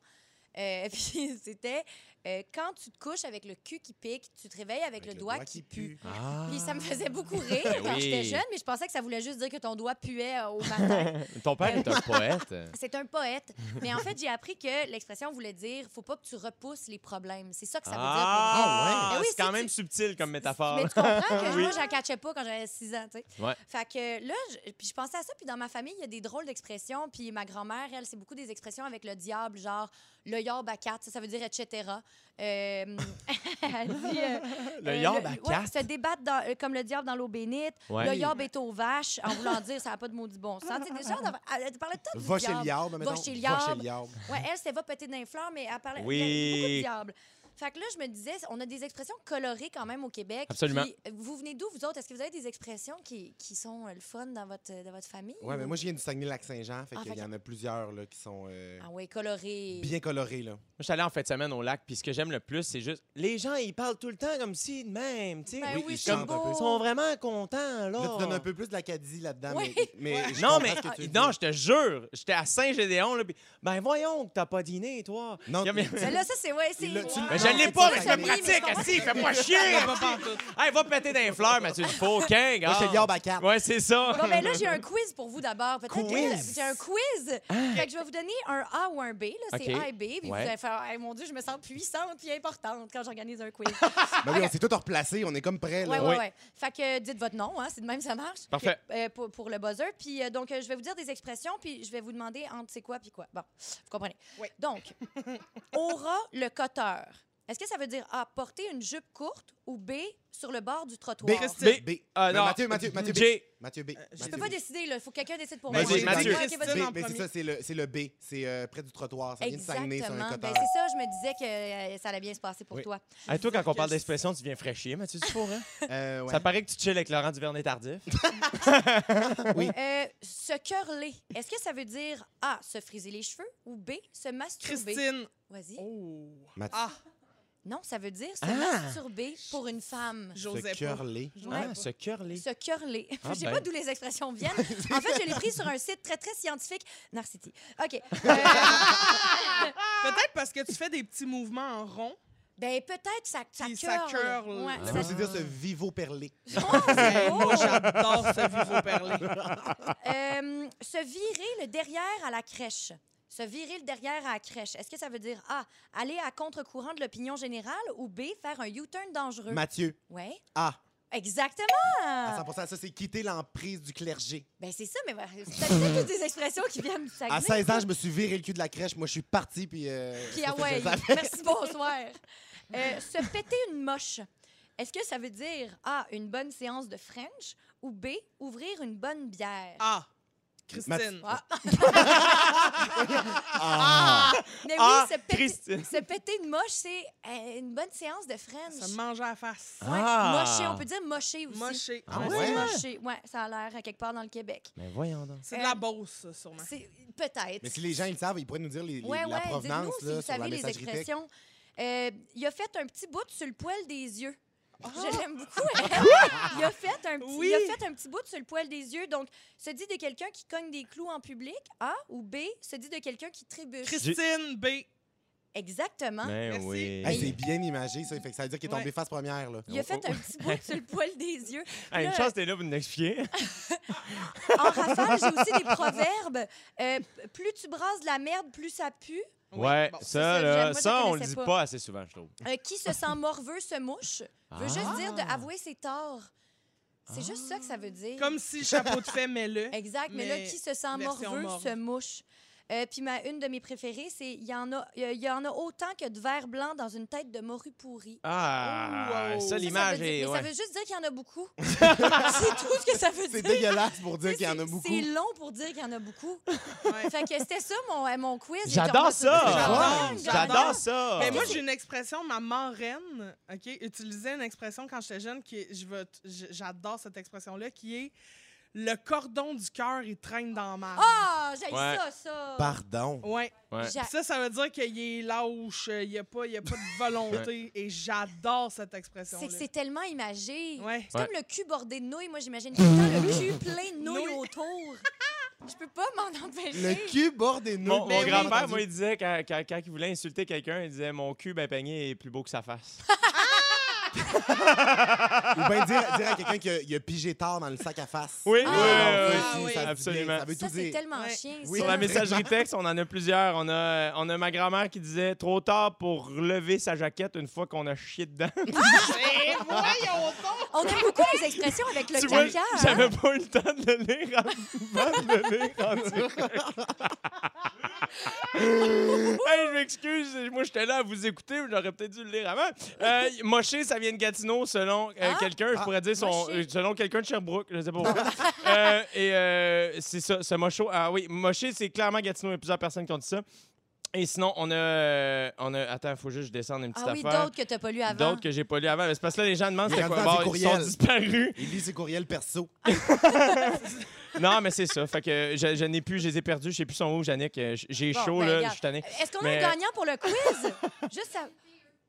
C: Euh, puis c'était euh, quand tu te couches avec le cul qui pique, tu te réveilles avec, le, doigt, qui pue.
A: Ah.
C: Puis ça me faisait beaucoup rire quand
A: Oui.
C: j'étais jeune, mais je pensais que ça voulait juste dire que ton doigt puait euh, au matin.
A: Ton père est un poète.
C: C'est un poète. Mais en fait, j'ai appris que l'expression voulait dire faut pas que tu repousses les problèmes. C'est ça que ça veut dire.
A: Ah,
C: Ah ouais.
A: C'est
C: Ben oui,
A: quand
C: si
A: même
C: tu-
A: subtil comme
C: pour nous.
A: métaphore.
C: Mais tu comprends que
A: Oui.
C: moi, je la catchais pas quand j'avais 6 ans, tu sais.
A: Ouais.
C: Fait que là, je, puis je pensais à ça, puis dans ma famille, il y a des drôles d'expressions, puis ma grand-mère, elle, c'est beaucoup des expressions avec le diable, genre le yob à quatre, ça, ça veut dire etc. Euh, elle dit, euh,
A: Le
C: euh,
A: yob à
C: ouais,
A: quatre.
C: se débattre dans- euh, comme le diable dans l'eau bénite.
A: Ouais.
C: Le yob est aux vaches, en voulant dire ça n'a pas de maudit bon sens. Tu sais, des genres d'affaires- elle, elle parlait tout du
B: Va chez
C: diable.
B: le Yarb, mettons.
C: Va chez le
B: Va chez
C: Yarb.
B: le Yarb.
C: Ouais, elle, c'est va péter d'un fleur, mais elle parlait
A: Oui.
C: il y a beaucoup de diable. Fait que là, je me disais, on a des expressions colorées quand même au Québec.
A: Absolument.
C: Puis, euh, vous venez d'où, vous autres? Est-ce que vous avez des expressions qui, qui sont euh, le fun dans votre, euh, dans votre famille?
B: Ouais, mais
C: ou-
B: moi, je viens du Saguenay-Lac-Saint-Jean, fait
C: Ah,
B: qu'il
C: fait
B: y en a plusieurs là, qui sont euh,
C: Ah oui, colorées.
B: bien colorés, là.
A: Moi, je suis allé en fin de semaine au lac, puis ce que j'aime le plus, c'est juste. Les gens, ils parlent tout le temps comme si de même, tu sais.
C: Ben
B: oui,
C: oui,
B: ils
C: c'est
B: chantent un peu.
C: beau.
A: Ils sont vraiment contents, là.
B: Là, tu donnes un peu plus de l'Acadie là-dedans,
C: Oui.
B: mais, mais je
A: Non,
B: comprends
A: mais ah,
B: ce que tu veux
A: non,
B: dire.
A: je te jure, j'étais à Saint-Gédéon, là, puis ben voyons que t'as pas dîné, toi.
B: Non,
A: Comme-
B: tu-
C: Mais là, ça, c'est... Ouais, c'est... ben
B: Là, tu-
A: Ben,
B: Mais
A: je
B: non,
A: l'ai
B: c'est
A: pas,
B: ça,
A: mais je
B: ça
A: me
B: brille,
C: mais je
A: pratique,
C: comprends
A: assis, fais-moi chier!
D: Pas partout.
A: hey, va péter dans les fleurs, Mathieu Dufault, King!
B: Moi, je te garde à quatre.
A: Ouais, c'est ça!
C: Bon, ben là, j'ai un quiz pour vous d'abord. Peut-être que-
A: Quiz? Ah.
C: J'ai un quiz. Fait que je vais vous donner un A ou un B. Là. C'est
A: OK.
C: A et B. Puis
A: Ouais.
C: vous allez faire, Hey, mon Dieu, je me sens puissante et importante quand j'organise un quiz.
B: Ben oui, on s'est tous replacés, on est comme prêts,
C: Ouais,
B: là.
C: ouais,
A: Oui.
C: ouais. Fait que euh, dites votre nom, hein, c'est de même ça marche.
A: Parfait.
C: Que- euh, pour, pour le buzzer. Puis euh, donc, euh, je vais vous dire des expressions, puis je vais vous demander entre c'est quoi puis quoi. Bon, vous comprenez.
D: Oui.
C: Donc, aura le coteur. Est-ce que ça veut dire A, porter une jupe courte ou B, sur le bord du trottoir?
D: Christine.
B: B. B.
A: Ah,
B: Mais
A: non.
B: Mathieu, Mathieu, Mathieu B.
A: J.
B: Mathieu B.
D: je
C: Je
B: Mathieu
C: peux pas
B: B.
C: décider, là. Il faut que quelqu'un décide pour
A: Mais
C: moi.
A: j'ai-
C: Ok,
A: Mathieu.
C: vas-y.
D: Christine
B: B,
D: en
B: mais c'est
D: premier.
B: ça, c'est le, c'est le B. C'est euh, près du trottoir. Ça vient de Saguenay sur un
C: Exactement.
B: cotard.
C: Ben, c'est ça, je me disais que euh, ça allait bien se passer pour
B: Oui.
C: toi.
A: Hey, toi, quand on parle
D: que-
A: d'expression, tu viens fraîchir, Mathieu Dufour, hein?
B: Euh, ouais.
A: Ça paraît que tu chilles avec Laurent Duvernay-Tardif.
C: Euh, se curler, est-ce que ça veut dire A, se friser les cheveux ou B, se masturber?
D: Christine.
C: Vas-y.
D: Oh.
B: Mathieu.
D: Ah,
C: Non, ça veut dire se
A: Ah!
C: masturber pour une femme.
D: j'osais
B: Se
D: pas.
B: curler.
D: J'osais
A: Ah,
D: pas.
A: ce curly.
C: Se curler.
A: Ah
C: Je sais
A: ben.
C: pas d'où les expressions viennent. En fait, je l'ai pris sur un site très, très scientifique. Narcity. OK. Euh,
D: Peut-être parce que tu fais des petits mouvements en rond.
C: ben, peut-être ça, ça curle.
D: Puis ça curle.
C: Ouais,
B: Ça
C: ça-
B: veut aussi dire se vivo-perler.
C: Oh, c'est beau.
D: Ben, Moi, j'adore ce vivo perlé.
C: Euh, se virer le derrière à la crèche. Se virer le derrière à la crèche. Est-ce que ça veut dire A, aller à contre-courant de l'opinion générale ou B, faire un U-turn dangereux?
B: Mathieu.
C: Ouais.
B: A.
C: Exactement. Ah.
B: À 100 ça, c'est quitter l'emprise du clergé.
C: Ben, c'est ça, mais ben, c'est peut-être toutes des expressions qui viennent du Saguenay.
B: À 16 ans, je me suis viré le cul de la crèche. Moi, je suis parti, puis... euh,
C: Puis
B: ça,
C: ah ouais,
B: je savais.
C: merci, bonsoir. Euh, se péter une moche, est-ce que ça veut dire A, une bonne séance de French ou B, ouvrir une bonne bière?
D: Ah, Christine.
C: Ah,
B: Ah!
C: mais oui,
A: Ah,
C: se, péter,
A: Christine.
C: se péter une moche, c'est euh, une bonne séance de
D: Ça me
C: French.
D: mange à la face.
C: Ouais,
A: Ah.
C: mocher, on peut dire mocher aussi.
D: Moché.
A: Ah
D: Ouais,
C: Ouais,
A: ouais?
D: c'est-
C: mocher. Ouais, ça a l'air euh, quelque part dans le Québec.
A: Mais voyons donc.
D: C'est de la bosse, ça, sûrement.
C: Euh, C'est peut-être.
B: Mais si les gens, ils le savent, ils pourraient nous dire les, les-
C: Ouais,
B: la
C: ouais, dites-nous
B: provenance,
C: si
B: là,
C: vous
B: sur la
C: savez les
B: messagerie texte.
C: expressions. Euh, il a fait un petit bout sur le poil des yeux. Je l'aime beaucoup. il, a fait un petit,
D: Ah! Oui.
C: il a fait un petit bout sur le poil des yeux. Donc, se dit de quelqu'un qui cogne des clous en public, A, ou B, se dit de quelqu'un qui trébuche.
D: Christine B.
C: Exactement.
A: Mais
D: Merci.
A: oui.
B: Hey, c'est bien imagé, ça. Fait que ça veut dire qu'il est tombé
D: Ouais.
B: face première, là.
C: Il a fait un petit bout sur le poil des yeux.
A: Hey, une
C: là-
A: chance, t'es là pour nous expliquer.
C: En rafale, j'ai aussi des proverbes. Euh, plus tu brasses de la merde, plus ça pue.
D: Oui,
A: ouais,
D: bon,
A: ça,
C: ça, j'aime-
A: là,
C: moi, je
A: ça, on le
C: connaissais
A: dit
C: pas.
A: pas assez souvent, je trouve.
C: Euh, qui se sent morveux se mouche. Veut
B: Ah!
C: juste dire de avouer ses torts. C'est juste ça que ça veut dire.
D: Comme si chapeau de fait, mets-le.
C: Exact, mais, là,
D: Mais
C: qui se sent
D: version
C: morveux
D: morve.
C: se mouche. Euh, Puis ma, une de mes préférées, c'est il y, en a- il y a- il y en a autant que de verre blanc dans une tête de morue pourrie.
A: Ah,
D: Wow. Ça, ça
A: ça,
C: Ça, ça
A: l'image
C: veut dire-
A: est.
C: mais
A: ouais.
C: ça veut juste dire qu'il y en a beaucoup. c'est tout ce que ça veut
B: C'est
C: dire.
B: dégueulasse pour dire
C: C'est-
B: qu'il y en a beaucoup.
C: C'est long pour dire qu'il y en a beaucoup.
D: Ouais.
C: fait que c'était ça mon, euh, mon quiz.
A: J'adore ça!
D: J'adore,
A: J'adore
D: j'adore.
A: ça!
D: Mais Ben, moi, j'ai une expression, ma marraine, OK, utilisait une expression quand j'étais jeune, qui est- je vais t- j- j'adore cette expression-là, qui est le cordon du cœur, il traîne dans ma.
C: Ah, j'ai
A: Ouais.
C: ça, ça.
B: Pardon.
D: Ouais.
A: Ouais.
C: J'a-
D: Ça, ça veut dire qu'il est lâche, il n'y a, pas- il y a pas de volonté, et j'adore cette expression-là.
C: C'est que c'est tellement imagé.
D: Ouais.
C: C'est comme le cul bordé de nouilles. Moi, j'imagine tout le temps le cul plein de nouilles
D: Nouilles.
C: autour. Je peux pas m'en empêcher.
B: Le cul bord des nœuds.
A: Mon,
D: Mais
A: mon
D: oui.
A: grand-père, moi, il disait, quand, quand- quand il voulait insulter quelqu'un, il disait Mon cul, ben peigné, est plus beau que sa face.
B: Ou bien dire, dire à quelqu'un qu'il a, il a pigé tard dans le sac à face.
A: Oui,
C: Ah,
A: oui,
C: ouais,
A: oui,
C: ouais.
A: oui.
B: ça
D: oui.
B: se dit bien,
A: Absolument.
B: Ça veut tout
C: Ça, c'est
B: dire.
C: tellement
D: Ouais.
C: chien.
B: Oui,
C: ça.
A: Sur la messagerie texte, on en a plusieurs. On a, on a ma grand-mère qui disait Trop tard pour relever sa jaquette une fois qu'on a chié dedans.
D: Eh, voyons donc!
C: On aime beaucoup les expressions avec le
A: Tu vois,
C: caca. hein?
A: j'avais pas eu le temps de le lire avant de le lire en direct. hey, je m'excuse, moi j'étais là à vous écouter, mais j'aurais peut-être dû le lire avant. Euh, Moché, ça vient de Gatineau, selon euh,
C: Ah.
A: quelqu'un, je
B: Ah.
A: pourrais dire son,
C: Moché.
A: euh, selon quelqu'un de Sherbrooke, je sais pas pourquoi. Euh, et euh, c'est ça, ce Mocho. Ah oui, Moché, c'est clairement Gatineau, il y a plusieurs personnes qui ont dit ça. Et sinon, on a. euh, on a attends, faut juste que je descende une petite
C: Ah oui,
A: affaire.
C: d'autres que t'as pas lu avant.
A: D'autres que j'ai pas lu avant. Mais C'est parce que là, les gens demandent
B: Il
A: c'est
B: rentre
A: quoi.
B: dans ses
A: Bon, ils sont
B: courriels.
A: disparus.
B: Il lit ses courriels perso.
A: Non, mais c'est ça. Fait que je, je n'ai plus, je les ai perdus. Je sais plus son où, Yannick. Euh, j- J'ai
C: Bon,
A: chaud,
C: ben,
A: là.
C: regarde.
A: Je suis tanné.
C: Est-ce qu'on
A: Mais-
C: a un gagnant pour le quiz? Juste ça.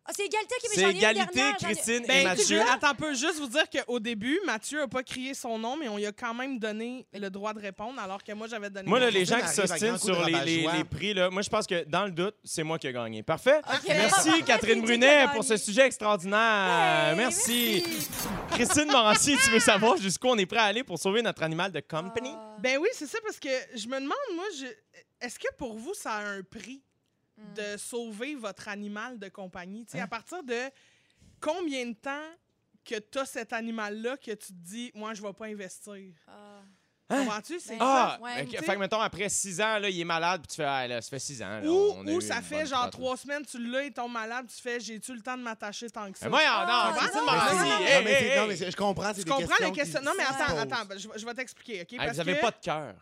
C: Ah, c'est égalité qui m'est
A: C'est égalité, Christine et
D: Ben,
A: Mathieu.
D: attends, peut juste vous dire qu'au début, Mathieu a pas crié son nom, mais on lui a quand même donné le droit de répondre, alors que moi, j'avais donné.
A: Moi, là,
D: le
A: les
B: Christine
A: gens qui
B: arrive à
A: s'ostinent
B: grands coups
A: sur
B: de
A: les, les-
B: rabat-joie.
A: les prix, là, moi, je pense que dans le doute, c'est moi qui ai gagné. Parfait.
C: Ok.
A: Merci, Catherine
C: Merci,
A: Brunet,
C: Gagné.
A: pour ce sujet extraordinaire.
C: Hey,
A: merci. Christine Morancy, tu veux savoir jusqu'où on est prêt à aller pour sauver notre animal de company?
C: Ah,
D: Ben oui, c'est ça, parce que je me demande, moi, je... est-ce que pour vous, ça a un prix
A: Hmm.
D: de sauver votre animal de compagnie?
A: Hein?
D: Tu sais, à partir de combien de temps que tu as cet animal-là que tu te dis, moi, je vais pas investir?
C: ah.
D: Comprends-tu? C'est
A: Ah,
C: Ouais,
A: fait que-
C: tu sais.
A: fait que mettons, après six ans, là, il est malade, puis tu fais, ah, là, ça fait six ans.
D: ça.
A: là,
D: Ou,
A: on a eu
D: ou ça
A: une
D: fait
A: bonne
D: genre
A: crotte, là.
D: trois semaines, tu l'as, il tombe malade, tu fais, j'ai-tu le temps de m'attacher tant que ça?
A: Mais Ben, voyons, non,
C: Ah,
A: Christine
C: non,
A: Morancy,
C: non, non,
A: hey,
B: non, mais c'est-
A: hey,
B: non,
A: hey.
B: mais c'est- je comprends, c'est
D: Tu
B: des
D: comprends
B: questions
D: les questions?
B: qui-
D: Non, mais
B: qui se
D: attends,
B: posent.
D: attends, ben, je, vais- je vais t'expliquer, OK?
A: Hey,
D: Parce
A: vous avez
D: que-
A: pas de cœur.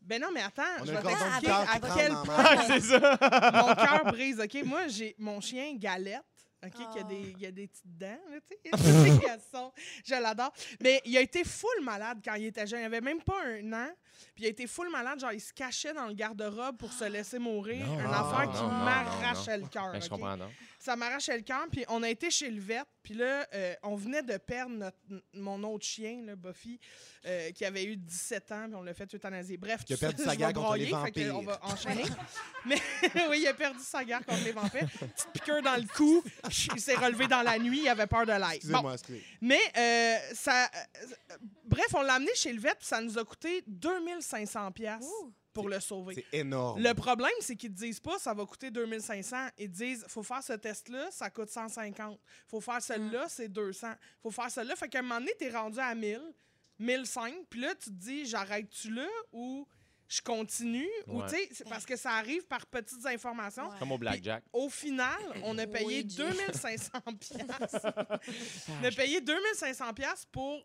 D: Ben non, mais attends,
B: On
D: je
B: a
D: vais
B: un cordon
C: de
D: t'expliquer
C: cœur
D: à
C: qui prend
D: quel
B: dans la
D: point
B: main.
A: Ah, c'est ça.
D: mon cœur brise, OK? Moi, j'ai mon chien Galette, OK, qui
C: Ah.
D: a des, il a des petites dents, là, tu sais. Tu sais qu'elles sont- Je l'adore. Mais il a été full malade quand il était jeune. Il avait même pas un an. Puis il a été full malade, genre, il se cachait dans le garde-robe pour se laisser mourir.
A: Non,
D: Une
A: non,
D: affaire
A: non,
D: qui
A: non, non,
D: m'arrachait le cœur.
A: Ben, je
D: OK?
A: comprends, non?
D: Ça m'arrachait le cœur. Puis on a été chez le vet. Puis là, euh, on venait de perdre notre, n- mon autre chien, là, Buffy, euh, qui avait eu 17 ans. Puis on l'a fait euthanasier. Bref,
B: Qui a
D: tout
B: perdu
D: ça,
B: sa
D: je vais
B: guerre contre les
D: brailler, fait que On
B: vampires.
D: va enchaîner. Mais oui, il a perdu sa guerre contre les vampires. Petite piqûre dans le cou. Il s'est relevé dans la nuit. Il avait peur de l'air. Bon,
B: Excusez-moi, excusez.
D: mais euh, ça. euh, bref, on l'a amené chez le vet. Puis ça nous a coûté 2500$ piastres
C: Ouh.
D: pour le sauver.
B: C'est énorme.
D: Le problème, c'est qu'ils te disent pas ça va coûter 2500. Ils te disent faut faire ce test-là, ça coûte 150. Faut faire
C: Ah.
D: celui-là, c'est 200. Faut faire celui-là. Fait qu'à un moment donné, t'es rendu à 1000, 1005. Puis là, tu te dis j'arrête-tu là ou je continue ou
A: Ouais.
D: tu sais, c'est parce que ça arrive par petites informations.
C: Ouais.
A: Comme au blackjack.
D: Au final, on a payé
C: Oui, Dieu.
D: 2500 pièces. on a payé 2500 pièces pour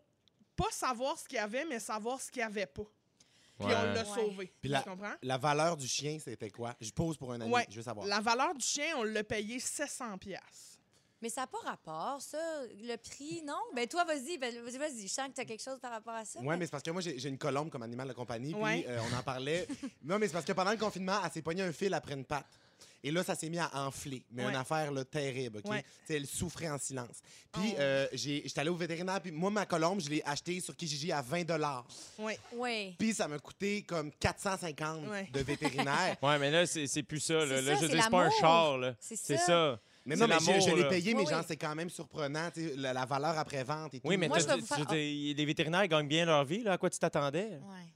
D: pas savoir ce qu'il y avait, mais savoir ce qu'il y avait pas. Puis on
A: Ouais.
D: l'a
C: Ouais.
D: sauvé.
B: Puis la-
D: Tu comprends?
B: La valeur du chien, c'était quoi? Je pose pour un ami,
D: Ouais.
B: je veux savoir.
D: La valeur du chien, on l'a payé 700 pièces.
C: Mais ça n'a pas rapport, ça. Le prix, non? Ben toi, vas-y, ben, vas-y, vas-y. Je sens que tu as quelque chose par rapport à ça.
B: Oui, mais c'est parce que moi, j'ai j'ai une colombe comme animal de compagnie, puis
D: Ouais.
B: euh, on en parlait. non, mais c'est parce que pendant le confinement, elle s'est pognée un fil après une patte. Et là, ça s'est mis à enfler, mais
D: Ouais.
B: une affaire là, terrible, OK?
D: Ouais. Oh.
B: Tu sais, Elle souffrait en silence. Puis euh, j'ai- j'étais allé au vétérinaire, puis moi, ma colombe, je l'ai achetée sur Kijiji à 20
D: Oui.
C: Oui.
B: Puis ça m'a coûté comme 450
D: Ouais.
B: de vétérinaire.
A: Ouais, mais là, c'est c'est plus ça. Là, Là,
C: C'est ça,
A: je
C: c'est
A: dis, c'est pas un
C: l'amour.
A: char. là.
C: C'est
A: C'est
C: ça.
A: ça.
B: mais
A: C'est
B: non, mais je- je,
A: l'amour,
B: l'ai
A: là.
B: payé, mais
C: Oui,
B: genre,
C: oui.
B: c'est quand même surprenant, tu sais, la, la valeur après-vente et tout.
A: Oui, mais
C: Moi,
A: t'as-
C: je vais
A: tu-
C: vous faire-
A: tu- t'es- les vétérinaires ils gagnent bien leur vie. Là. À quoi tu t'attendais?
C: Ouais.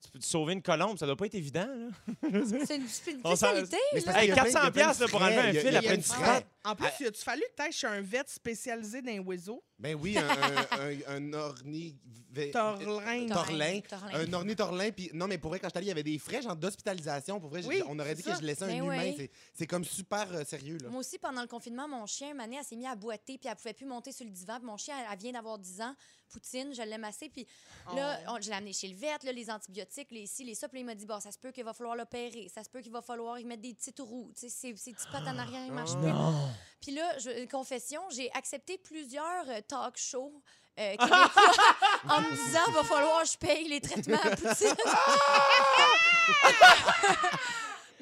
A: Tu peux te sauver une colombe, ça doit pas être évident. Là.
C: C'est une, c'est une
A: On s'en-
C: spécialité.
B: Mais
C: là.
B: c'est parce qu'il y a plein- il y a
A: 400
B: plein de
A: piastres, là, pour
B: frais,
A: enlever un
B: il y a-
A: fil
B: il y a
A: après
B: une
A: une
B: frappe.
A: frappe.
D: En plus, il a-tu fallu que tu chez un vet spécialisé dans les oiseaux?
B: Ben oui, un, un, un, un orni... ve-
D: Torlin.
B: Torlin.
C: Torlin.
B: Un ornithorlin. Puis non, mais pour vrai, quand je suis allée, il y avait des frais, genre d'hospitalisation. Pour vrai, j'ai-
D: Oui,
B: on aurait dit
D: c'est ça.
B: que je laissais un
C: Ben
B: humain.
C: oui.
B: C'est- C'est comme super euh, sérieux, là.
C: Moi aussi, pendant le confinement, mon chien, Mané, elle s'est mise à boiter, puis elle pouvait plus monter sur le divan. Puis mon chien, elle, elle vient d'avoir 10 ans. Poutine, je l'aime assez. Puis là,
D: Oh.
C: on- je l'ai amené chez le vet, là, les antibiotiques, les ci, les ça. Puis là, il m'a dit, bon, ça se peut qu'il va falloir l'opérer. Ça se peut qu'il va falloir y mettre des petites roues. Tu sais, ses, ses petites pattes en arrière, ils
A: Ah
C: marchent plus. Puis là, je, une confession, j'ai accepté plusieurs euh, talk shows euh, québécois en me disant, va falloir que je paye les traitements à Poutine.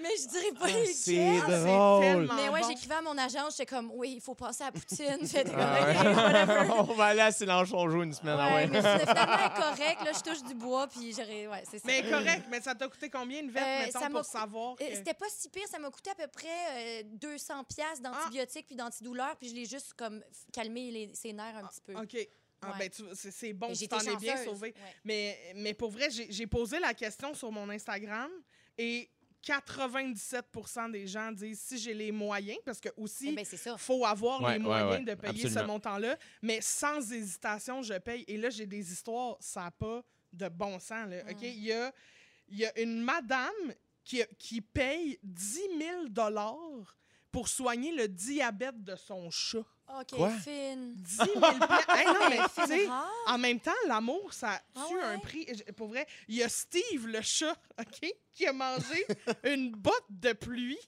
C: Mais je dirais pas
A: Ah,
C: lesquels.
D: C'est tellement
C: Mais ouais,
D: bon.
C: j'écrivais à mon agent, j'étais comme, oui, il faut passer à Poutine. J'étais comme,
A: Ah ouais.
C: OK, whatever.
A: on va aller à Silenchon joue une semaine. ah
C: Ouais,
A: ouais.
C: mais c'était finalement correct. Là, je touche du bois, puis j'aurais. Ouais, c'est ça.
D: Mais correct, mais ça t'a coûté combien une veste,
C: Euh,
D: mettons,
C: ça m'a-
D: pour savoir
C: Euh,
D: que...
C: C'était pas si pire, ça m'a coûté à peu près euh, 200 pièces d'antibiotiques puis d'antidouleurs, puis je l'ai juste comme f- calmé les, ses nerfs un petit peu.
D: OK. Ah,
C: Ouais.
D: ben, tu- c'est c'est bon,
C: Mais
D: tu
C: j'étais
D: t'en es bien
C: chanceuse.
D: sauvé.
C: Ouais.
D: Mais, mais pour vrai, j'ai j'ai posé la question sur mon Instagram et 97 des gens disent si j'ai les moyens, parce que
C: Eh
D: aussi,
C: ben, c'est ça.
D: faut avoir
A: Ouais,
D: les
A: ouais,
D: moyens
A: ouais,
D: de payer ce
A: absolument.
D: montant-là, mais sans hésitation, je paye. Et là, j'ai des histoires, ça n'a pas de bon sens. Là, OK?
C: Mm.
D: Il y a, il y a une madame qui, qui paye 10 000 pour soigner le diabète de son chat.
C: OK,
A: Quoi?
C: fine.
D: 10 000 Hey, non, mais
C: Ben,
D: tu sais,
C: fine rare.
D: en même temps, l'amour, ça tue
C: Ah ouais?
D: un prix. Je- Pour vrai, il y a Steve, le chat, OK, qui a mangé une botte de pluie.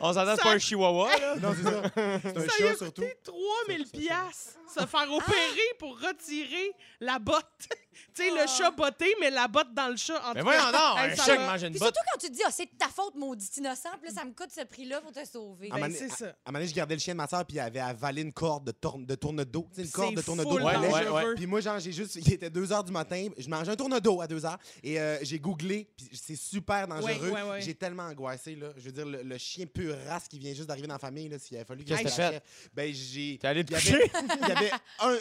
A: On s'entend, c'est
D: Ça-
A: pas un chihuahua, là.
B: Non, c'est ça. C'est un
D: Ça lui a
B: chat surtout.
D: coûté 3000
B: Ça- ça-
D: piastres se faire opérer pour retirer la botte. tu sais, le
C: Ah.
D: chat botté, mais la botte dans le chat. En
A: Mais
D: tout
A: voyons
D: cas,
A: donc,
D: hey,
A: un
D: ça
A: chat qui
D: va.
A: mange une
C: Puis
A: botte.
C: surtout quand tu te dis, Ah, c'est de ta faute, maudit innocent, puis là, ça me coûte ce prix-là pour te sauver.
B: Ah,
D: Ben,
B: man-
D: c'est ça.
B: À un moment donné, je gardais le chien de ma soeur, puis il avait avalé une corde de, tourne de tourne-dos. Tu sais, une corde de
D: C'est
B: tourne-dos.
D: full
B: au lait.
A: Ouais, ouais,
D: dangereux.
B: Puis moi, genre, j'ai juste. Il était 2 h du matin, je mangeais un tourne-dos à 2 h et euh, j'ai googlé, puis c'est super dangereux.
D: Ouais, ouais, ouais.
B: J'ai tellement angoissé, là. Je veux dire, le, le chien pur race qui vient juste d'arriver dans la famille, là, s'il avait fallu que
A: Qu'est-ce
B: je
A: que t'as
B: l'achève, Ben, j'ai.
A: T'es allé te
B: il y avait-
A: coucher?
B: Il y avait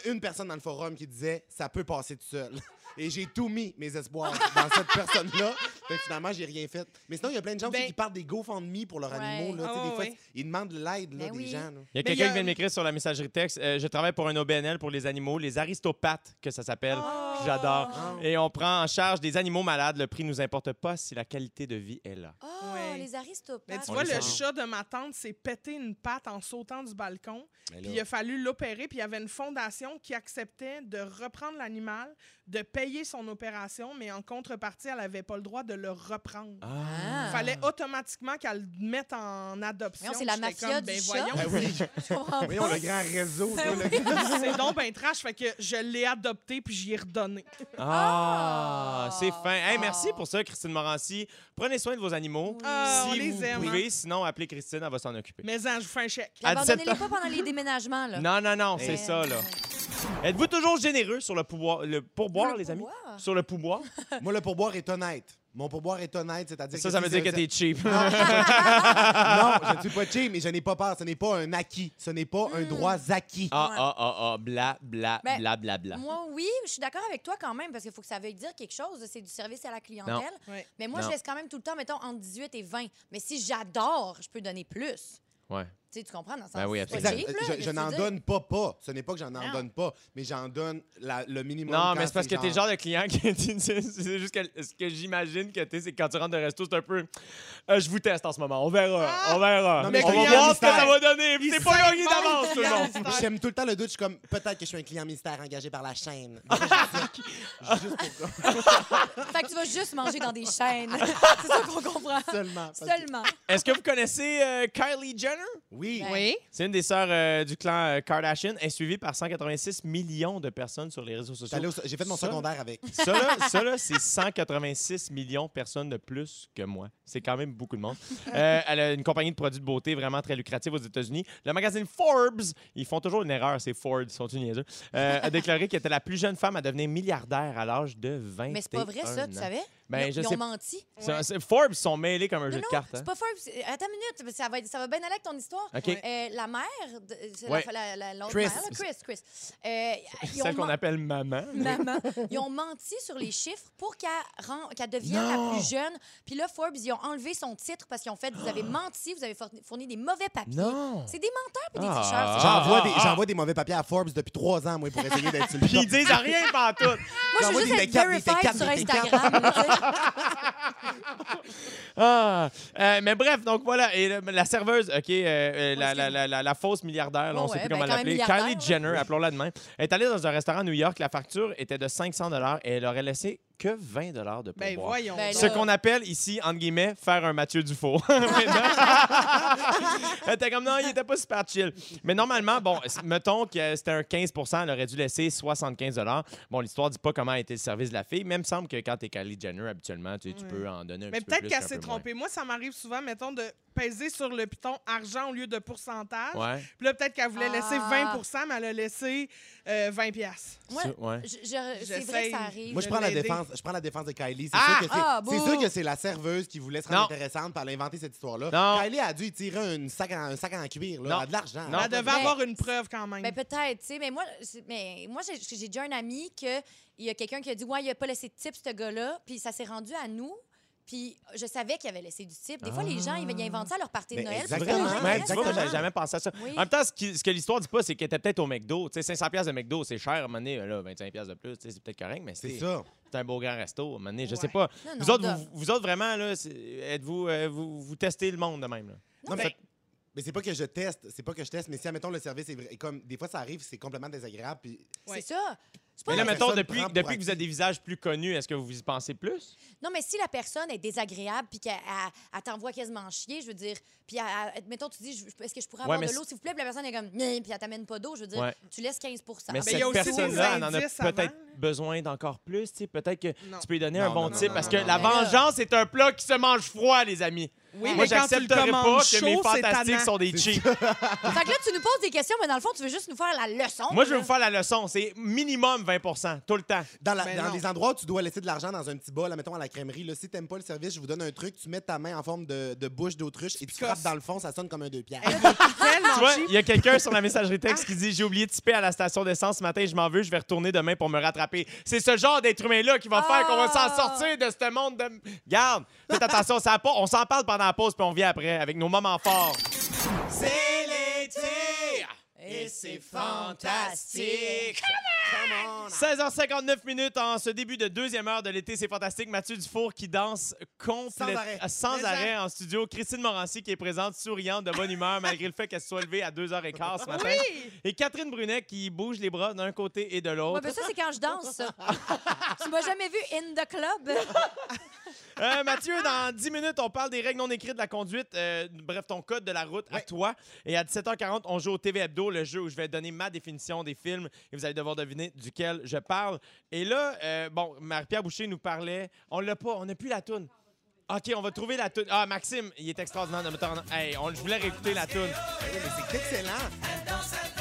B: un- une personne dans le forum qui disait ça peut passer tout seul. Et j'ai tout mis mes espoirs dans cette personne-là. Fait que finalement, j'ai rien fait. Mais sinon, il y a plein de gens aussi
D: Ben-
B: qui partent des GoFundMe pour leurs
C: Ouais.
B: animaux. Là, Tu sais,
D: Ah,
B: des fois,
D: ouais.
B: ils demandent de l'aide là,
C: Ben
B: des
C: oui.
B: gens. là.
A: Il y a
D: Mais
A: quelqu'un
D: il y a-
A: qui vient de m'écrire sur la messagerie texte. euh, je travaille pour un OBNL pour les animaux, les aristopathes, que ça s'appelle.
D: Oh.
A: J'adore.
B: Ah.
A: Et on prend en charge des animaux malades. Le prix nous importe pas si la qualité de vie est là.
C: Oh,
D: Ouais.
C: les aristopathes.
D: Mais Ben, tu
A: On
D: vois,
A: les
D: le
A: salue.
D: chat de ma tante s'est pété une patte en sautant du balcon.
C: Ben
B: Mais
D: Puis
B: là-
D: il a fallu l'opérer, puis il y avait une fondation qui acceptait de reprendre l'animal, de payer son opération, mais en contrepartie, elle n'avait pas le droit de le reprendre. Il
C: Ah.
D: fallait automatiquement qu'elle le mette en adoption.
C: Voyons, c'est la
D: J'étais
C: mafia
D: comme,
C: du
D: ben
C: chat.
D: voyons,
B: Ah oui.
C: Je comprends
B: Voyons
C: pas.
B: le grand réseau.
C: Ben
B: toi, le-
D: c'est donc ben trash, fait que je l'ai adopté puis j'y ai redonné.
A: Ah,
C: Ah.
A: c'est fin. Hey,
C: Ah.
A: merci pour ça, Christine Morancy. Prenez soin de vos animaux.
C: Oui.
D: Ah, on
A: si
D: les
A: vous
D: aime, hein.
A: pouvez, sinon appelez Christine, elle va s'en occuper.
D: Mais hein, je vous fais un chèque.
C: Puis
A: À
C: Abandonnez-les
A: 17
C: pas pendant les déménagements, là.
A: Non, non, non,
C: Mais-
A: c'est ça, là. Êtes-vous toujours généreux sur le, pouvoir, le pourboire,
C: Le
A: les amis?
C: pourboire?
A: Sur le pourboire?
B: Moi, le pourboire est honnête. Mon pourboire est honnête, c'est-à-dire
A: Ça,
B: que
A: ça
B: si
A: veut dire que
B: c'est-
A: t'es cheap.
B: Non, je ne suis pas cheap, mais je n'ai pas peur. Ce n'est pas un acquis. Ce n'est pas
C: Hmm.
B: un droit acquis.
A: Ah, ah, ah, ah, bla, bla,
C: Ben,
A: bla, bla, bla.
C: Moi, oui, je suis d'accord avec toi quand même, parce qu'il faut que ça veuille dire quelque chose. C'est du service à la clientèle.
D: Ouais.
C: Mais moi,
A: Non.
C: je laisse quand même tout le temps, mettons, entre 18 et 20. Mais si j'adore, je peux donner plus.
A: Ouais.
C: Tu sais, tu comprends, dans le sens
A: Ben oui,
C: c'est pas
A: absolument.
B: Exact.
C: cheap, là,
B: Je,
C: mais
B: je
C: tu
B: n'en
C: dis-
B: donne pas pas. Ce n'est pas que j'en en
C: Non.
B: donne pas, mais j'en donne la- le minimum.
A: Non,
B: quand
A: mais c'est parce que t'es le genre de client qui dit. C'est c'est juste que ce que j'imagine que t'es, c'est que quand tu rentres de resto, c'est un peu. Euh, je vous teste en ce moment, on verra,
D: Ah!
A: on verra.
B: Non, mais
A: on
B: client
A: va voir ce que
B: mystère.
A: ça va donner.
D: Il
A: C'est pas gagné
D: s'invente,
A: d'avance, tout le
D: Yann
A: monde.
D: Star.
B: J'aime tout le temps le doute. Je suis comme, peut-être que je suis un client mystère engagé par la chaîne. Juste pour
C: Fait que tu vas juste manger dans des chaînes. c'est ça qu'on comprend.
B: seulement. parce que-
C: Seulement.
A: Est-ce que vous connaissez euh, Kylie Jenner?
B: Oui.
C: Ouais.
D: Oui.
A: C'est une des sœurs euh, du clan euh, Kardashian. Elle est suivie par 186 millions de personnes sur les réseaux sociaux.
B: J'allais au- J'ai fait mon
A: Ça-
B: secondaire avec.
A: Ça, là, ça, là, c'est 186 millions de personnes de plus que moi. C'est quand même beaucoup de monde. Euh, elle a une compagnie de produits de beauté vraiment très lucrative aux États-Unis. Le magazine Forbes, ils font toujours une erreur, c'est Ford, ils sont une niaiseux, euh, a déclaré qu'elle était la plus jeune femme à devenir milliardaire à l'âge de 20
C: Mais c'est pas vrai, ça, tu savais?
A: Ben,
C: ils
A: je
C: ils
A: sais-
C: ont menti.
A: Ça- c'est- Forbes sont mêlés comme un jeu
C: Non,
A: de cartes.
C: C'est
A: hein.
C: pas faux. c'est- Attends une minute, parce que ça va, être- ça va bien aller avec ton histoire.
A: OK.
D: Ouais.
C: Euh, la mère, de, c'est
A: Ouais.
C: la, la, la- l'autre
B: Chris.
C: mère, là, Chris, Chris. Euh, ils ont
A: Celle qu'on
C: men-
A: appelle maman.
C: maman. Ils ont menti sur les chiffres pour qu'elle ren- qu'elle devienne
A: Non!
C: la plus jeune. Puis là, Forbes, ils ont enlevé son titre parce qu'ils ont fait vous avez menti, vous avez fourni- fourni des mauvais papiers.
A: Non.
C: C'est des menteurs puis des
A: Ah.
C: tricheurs. ces gens-là.
B: J'envoie
A: ah,
B: des,
A: ah.
B: j'envoie des mauvais papiers à Forbes depuis trois ans, moi, pour essayer d'être sur le
A: Puis ils
B: top.
A: disent rien pantoute.
C: Moi, je
B: J'envoie
C: veux juste
B: des
C: être
B: décaps, des
C: verified
B: décaps,
C: sur
B: des décaps.
C: Instagram. là, tu sais.
A: Ah, euh, mais bref, donc voilà. Et le- la serveuse, OK, euh, euh, la, la,
C: excuse-moi.
A: la, la- la fausse milliardaire, là, on
C: Ouais,
A: ne sait plus
C: ben,
A: comment
C: quand même
A: l'appeler.
C: milliardaire,
A: Kylie Jenner, appelons-la demain, est allée dans un restaurant à New York. La facture était de 500 et elle aurait laissé que 20 de
D: Ben
A: pourboire.
D: voyons.
C: Ben
D: donc.
A: Ce qu'on appelle ici, entre guillemets, faire un Mathieu Dufour. Mais non. T'es comme, non, il était pas super chill. Mais normalement, bon, s- mettons que c'était un 15 elle aurait dû laisser 75 Bon, l'histoire dit pas comment a été le service de la fille, mais il me semble que quand t'es Kylie Jenner, habituellement, tu, tu
D: Ouais.
A: peux en donner un
D: Mais
A: petit peu
D: peut-être
A: plus.
D: qu'elle
A: un
D: s'est
A: peu moins.
D: trompée. Moi, ça m'arrive souvent, mettons, de peser sur le piton argent au lieu de pourcentage.
A: Ouais.
D: Puis là, peut-être qu'elle voulait laisser
C: Ah.
D: 20 mais elle a laissé euh, 20 piastres.
C: Moi,
A: Ça, ouais.
C: je- je- c'est vrai
D: J'essaye.
C: que ça arrive.
B: Moi, je
D: Je
B: prends, la
D: l'ai aidé.
B: défense, je prends la défense de Kylie. C'est
A: Ah!
B: sûr que c'est,
C: Ah,
B: c'est
C: bouh!
B: sûr que c'est la serveuse qui voulait se rendre
A: Non.
B: intéressante par inventer cette histoire-là.
A: Non.
B: Kylie a dû y tirer une sac en- un sac en cuir, là,
A: Non.
B: Elle a de l'argent.
A: Non.
D: elle devait
C: Mais-
D: avoir une preuve quand même.
C: Ben, peut-être, tu sais, mais moi, c'est- mais moi j'ai- j'ai déjà un ami que il y a quelqu'un qui a dit ouais, il a pas laissé de type ce gars-là, puis ça s'est rendu à nous. Puis je savais qu'il avait laissé du type. Des fois, les gens, ils, ils inventent ça à leur party de
B: Mais
C: Noël.
B: exactement.
C: pour que les gens
B: Vraiment,
A: Ouais,
C: connaissent
A: tu vois, moi,
C: vraiment.
A: j'avais jamais pensé à ça.
C: Oui.
A: En même temps, ce, qui- ce que l'histoire dit pas, c'est qu'elle était peut-être au McDo. Tu sais, 500 pièces de McDo, c'est cher à un moment donné, là, 25 pièces de plus, tu sais, c'est peut-être correct, mais
B: C'est
A: c'est
B: ça.
A: c'est un beau grand resto à un moment donné, je
D: Ouais.
A: sais pas.
C: Non, non,
A: vous autres
C: Dom.
A: vous, vous autres vraiment là, c'est- êtes-vous euh, vous, vous testez le monde de même là.
B: Non, mais,
D: Ben-
B: mais c'est pas que je teste, c'est pas que je teste, mais si, admettons, le service est vrai- comme des fois, ça arrive, c'est complètement désagréable. Puis
D: Ouais.
C: C'est ça. C'est pas
A: Mais là
C: vrai.
A: mettons
B: personne
A: depuis
B: prend pour
A: depuis que vous
B: acquis.
A: avez des visages plus connus, est-ce que vous y pensez plus
C: Non, mais si la personne est désagréable puis qu'elle elle- elle t'envoie quasiment chier, je veux dire, puis elle- elle- mettons, tu dis, je- est-ce que je pourrais
A: Ouais,
C: avoir
A: mais
C: de l'eau, s'il vous plaît, puis la personne est comme, Nien puis elle t'amène pas d'eau, je veux dire,
A: Ouais.
C: tu laisses 15
A: Mais
D: Ben, il y
A: cette
D: a aussi des
A: personne-là, elle en a
D: indices avant,
A: peut-être
D: là.
A: besoin d'encore plus, tu sais, peut-être que
D: Non.
A: tu peux lui donner
B: Non,
A: un bon
B: non,
A: type
B: non,
A: parce
B: non,
A: que
B: non,
A: la
C: mais là-
A: vengeance est un plat qui se mange froid, les amis.
D: oui,
A: Moi,
D: mais quand tu le
A: j'accepterai
D: commandes
A: pas que
D: chaud,
A: mes
D: c'est
A: fantastiques
D: tannant.
A: sont des cheats.
C: Fait que là, tu nous poses des questions, mais dans le fond, tu veux juste nous faire la leçon.
A: Moi, je vais
C: là.
A: vous faire la leçon. C'est minimum 20 tout le temps.
B: Dans, la-
D: Ben
B: dans
D: non.
B: les endroits où tu dois laisser de l'argent dans un petit bol, mettons à la crèmerie, là, si t'aimes pas le service, je vous donne un truc, tu mets ta main en forme de, de bouche d'autruche et tu
D: Picos.
B: frappes dans le fond, ça sonne comme un deux pierres.
D: Tellement
A: Tu vois,
D: cheap. Ah.
A: il y a quelqu'un sur la messagerie texte qui dit J'ai oublié de tiper à la station d'essence ce matin, je m'en veux, je vais retourner demain pour me rattraper. C'est ce genre d'être humain-là qui va
C: Ah!
A: faire qu'on va s'en sortir de ce monde de. Garde, faites attention, ça a pas. On s'en parle pendant la pause, puis on revient après avec nos moments forts. C'est l'été!
C: Et c'est fantastique.
A: 16h59 minutes en ce début de deuxième heure de l'été, c'est fantastique. Mathieu Dufour qui danse complètement
B: Sans arrêt.
A: sans
D: Mais
A: arrêt en studio. Christine Morancy qui est présente, souriante, de bonne humeur, malgré le fait qu'elle se soit levée à 2h15 ce matin.
D: Oui!
A: Et Catherine Brunet qui bouge les bras d'un côté et de
C: Ouais,
A: l'autre.
C: ben ça, c'est quand je danse, ça. tu m'as jamais vu in the club?
A: Euh, Mathieu, dans 10 minutes, on parle des règles non écrites de la conduite. euh, bref, ton code de la route à toi. Et à 17h40, on joue au TV Hebdo, le jeu où je vais donner ma définition des films et vous allez devoir deviner duquel je parle. Et là, euh, bon, Marie-Pierre Boucher nous parlait. On l'a pas, on n'a plus la toune. OK, on va trouver la toune. Ah, Maxime, il est extraordinaire de me tourner. Hey, on, je voulais réécouter la toune.
B: Oui, mais c'est excellent.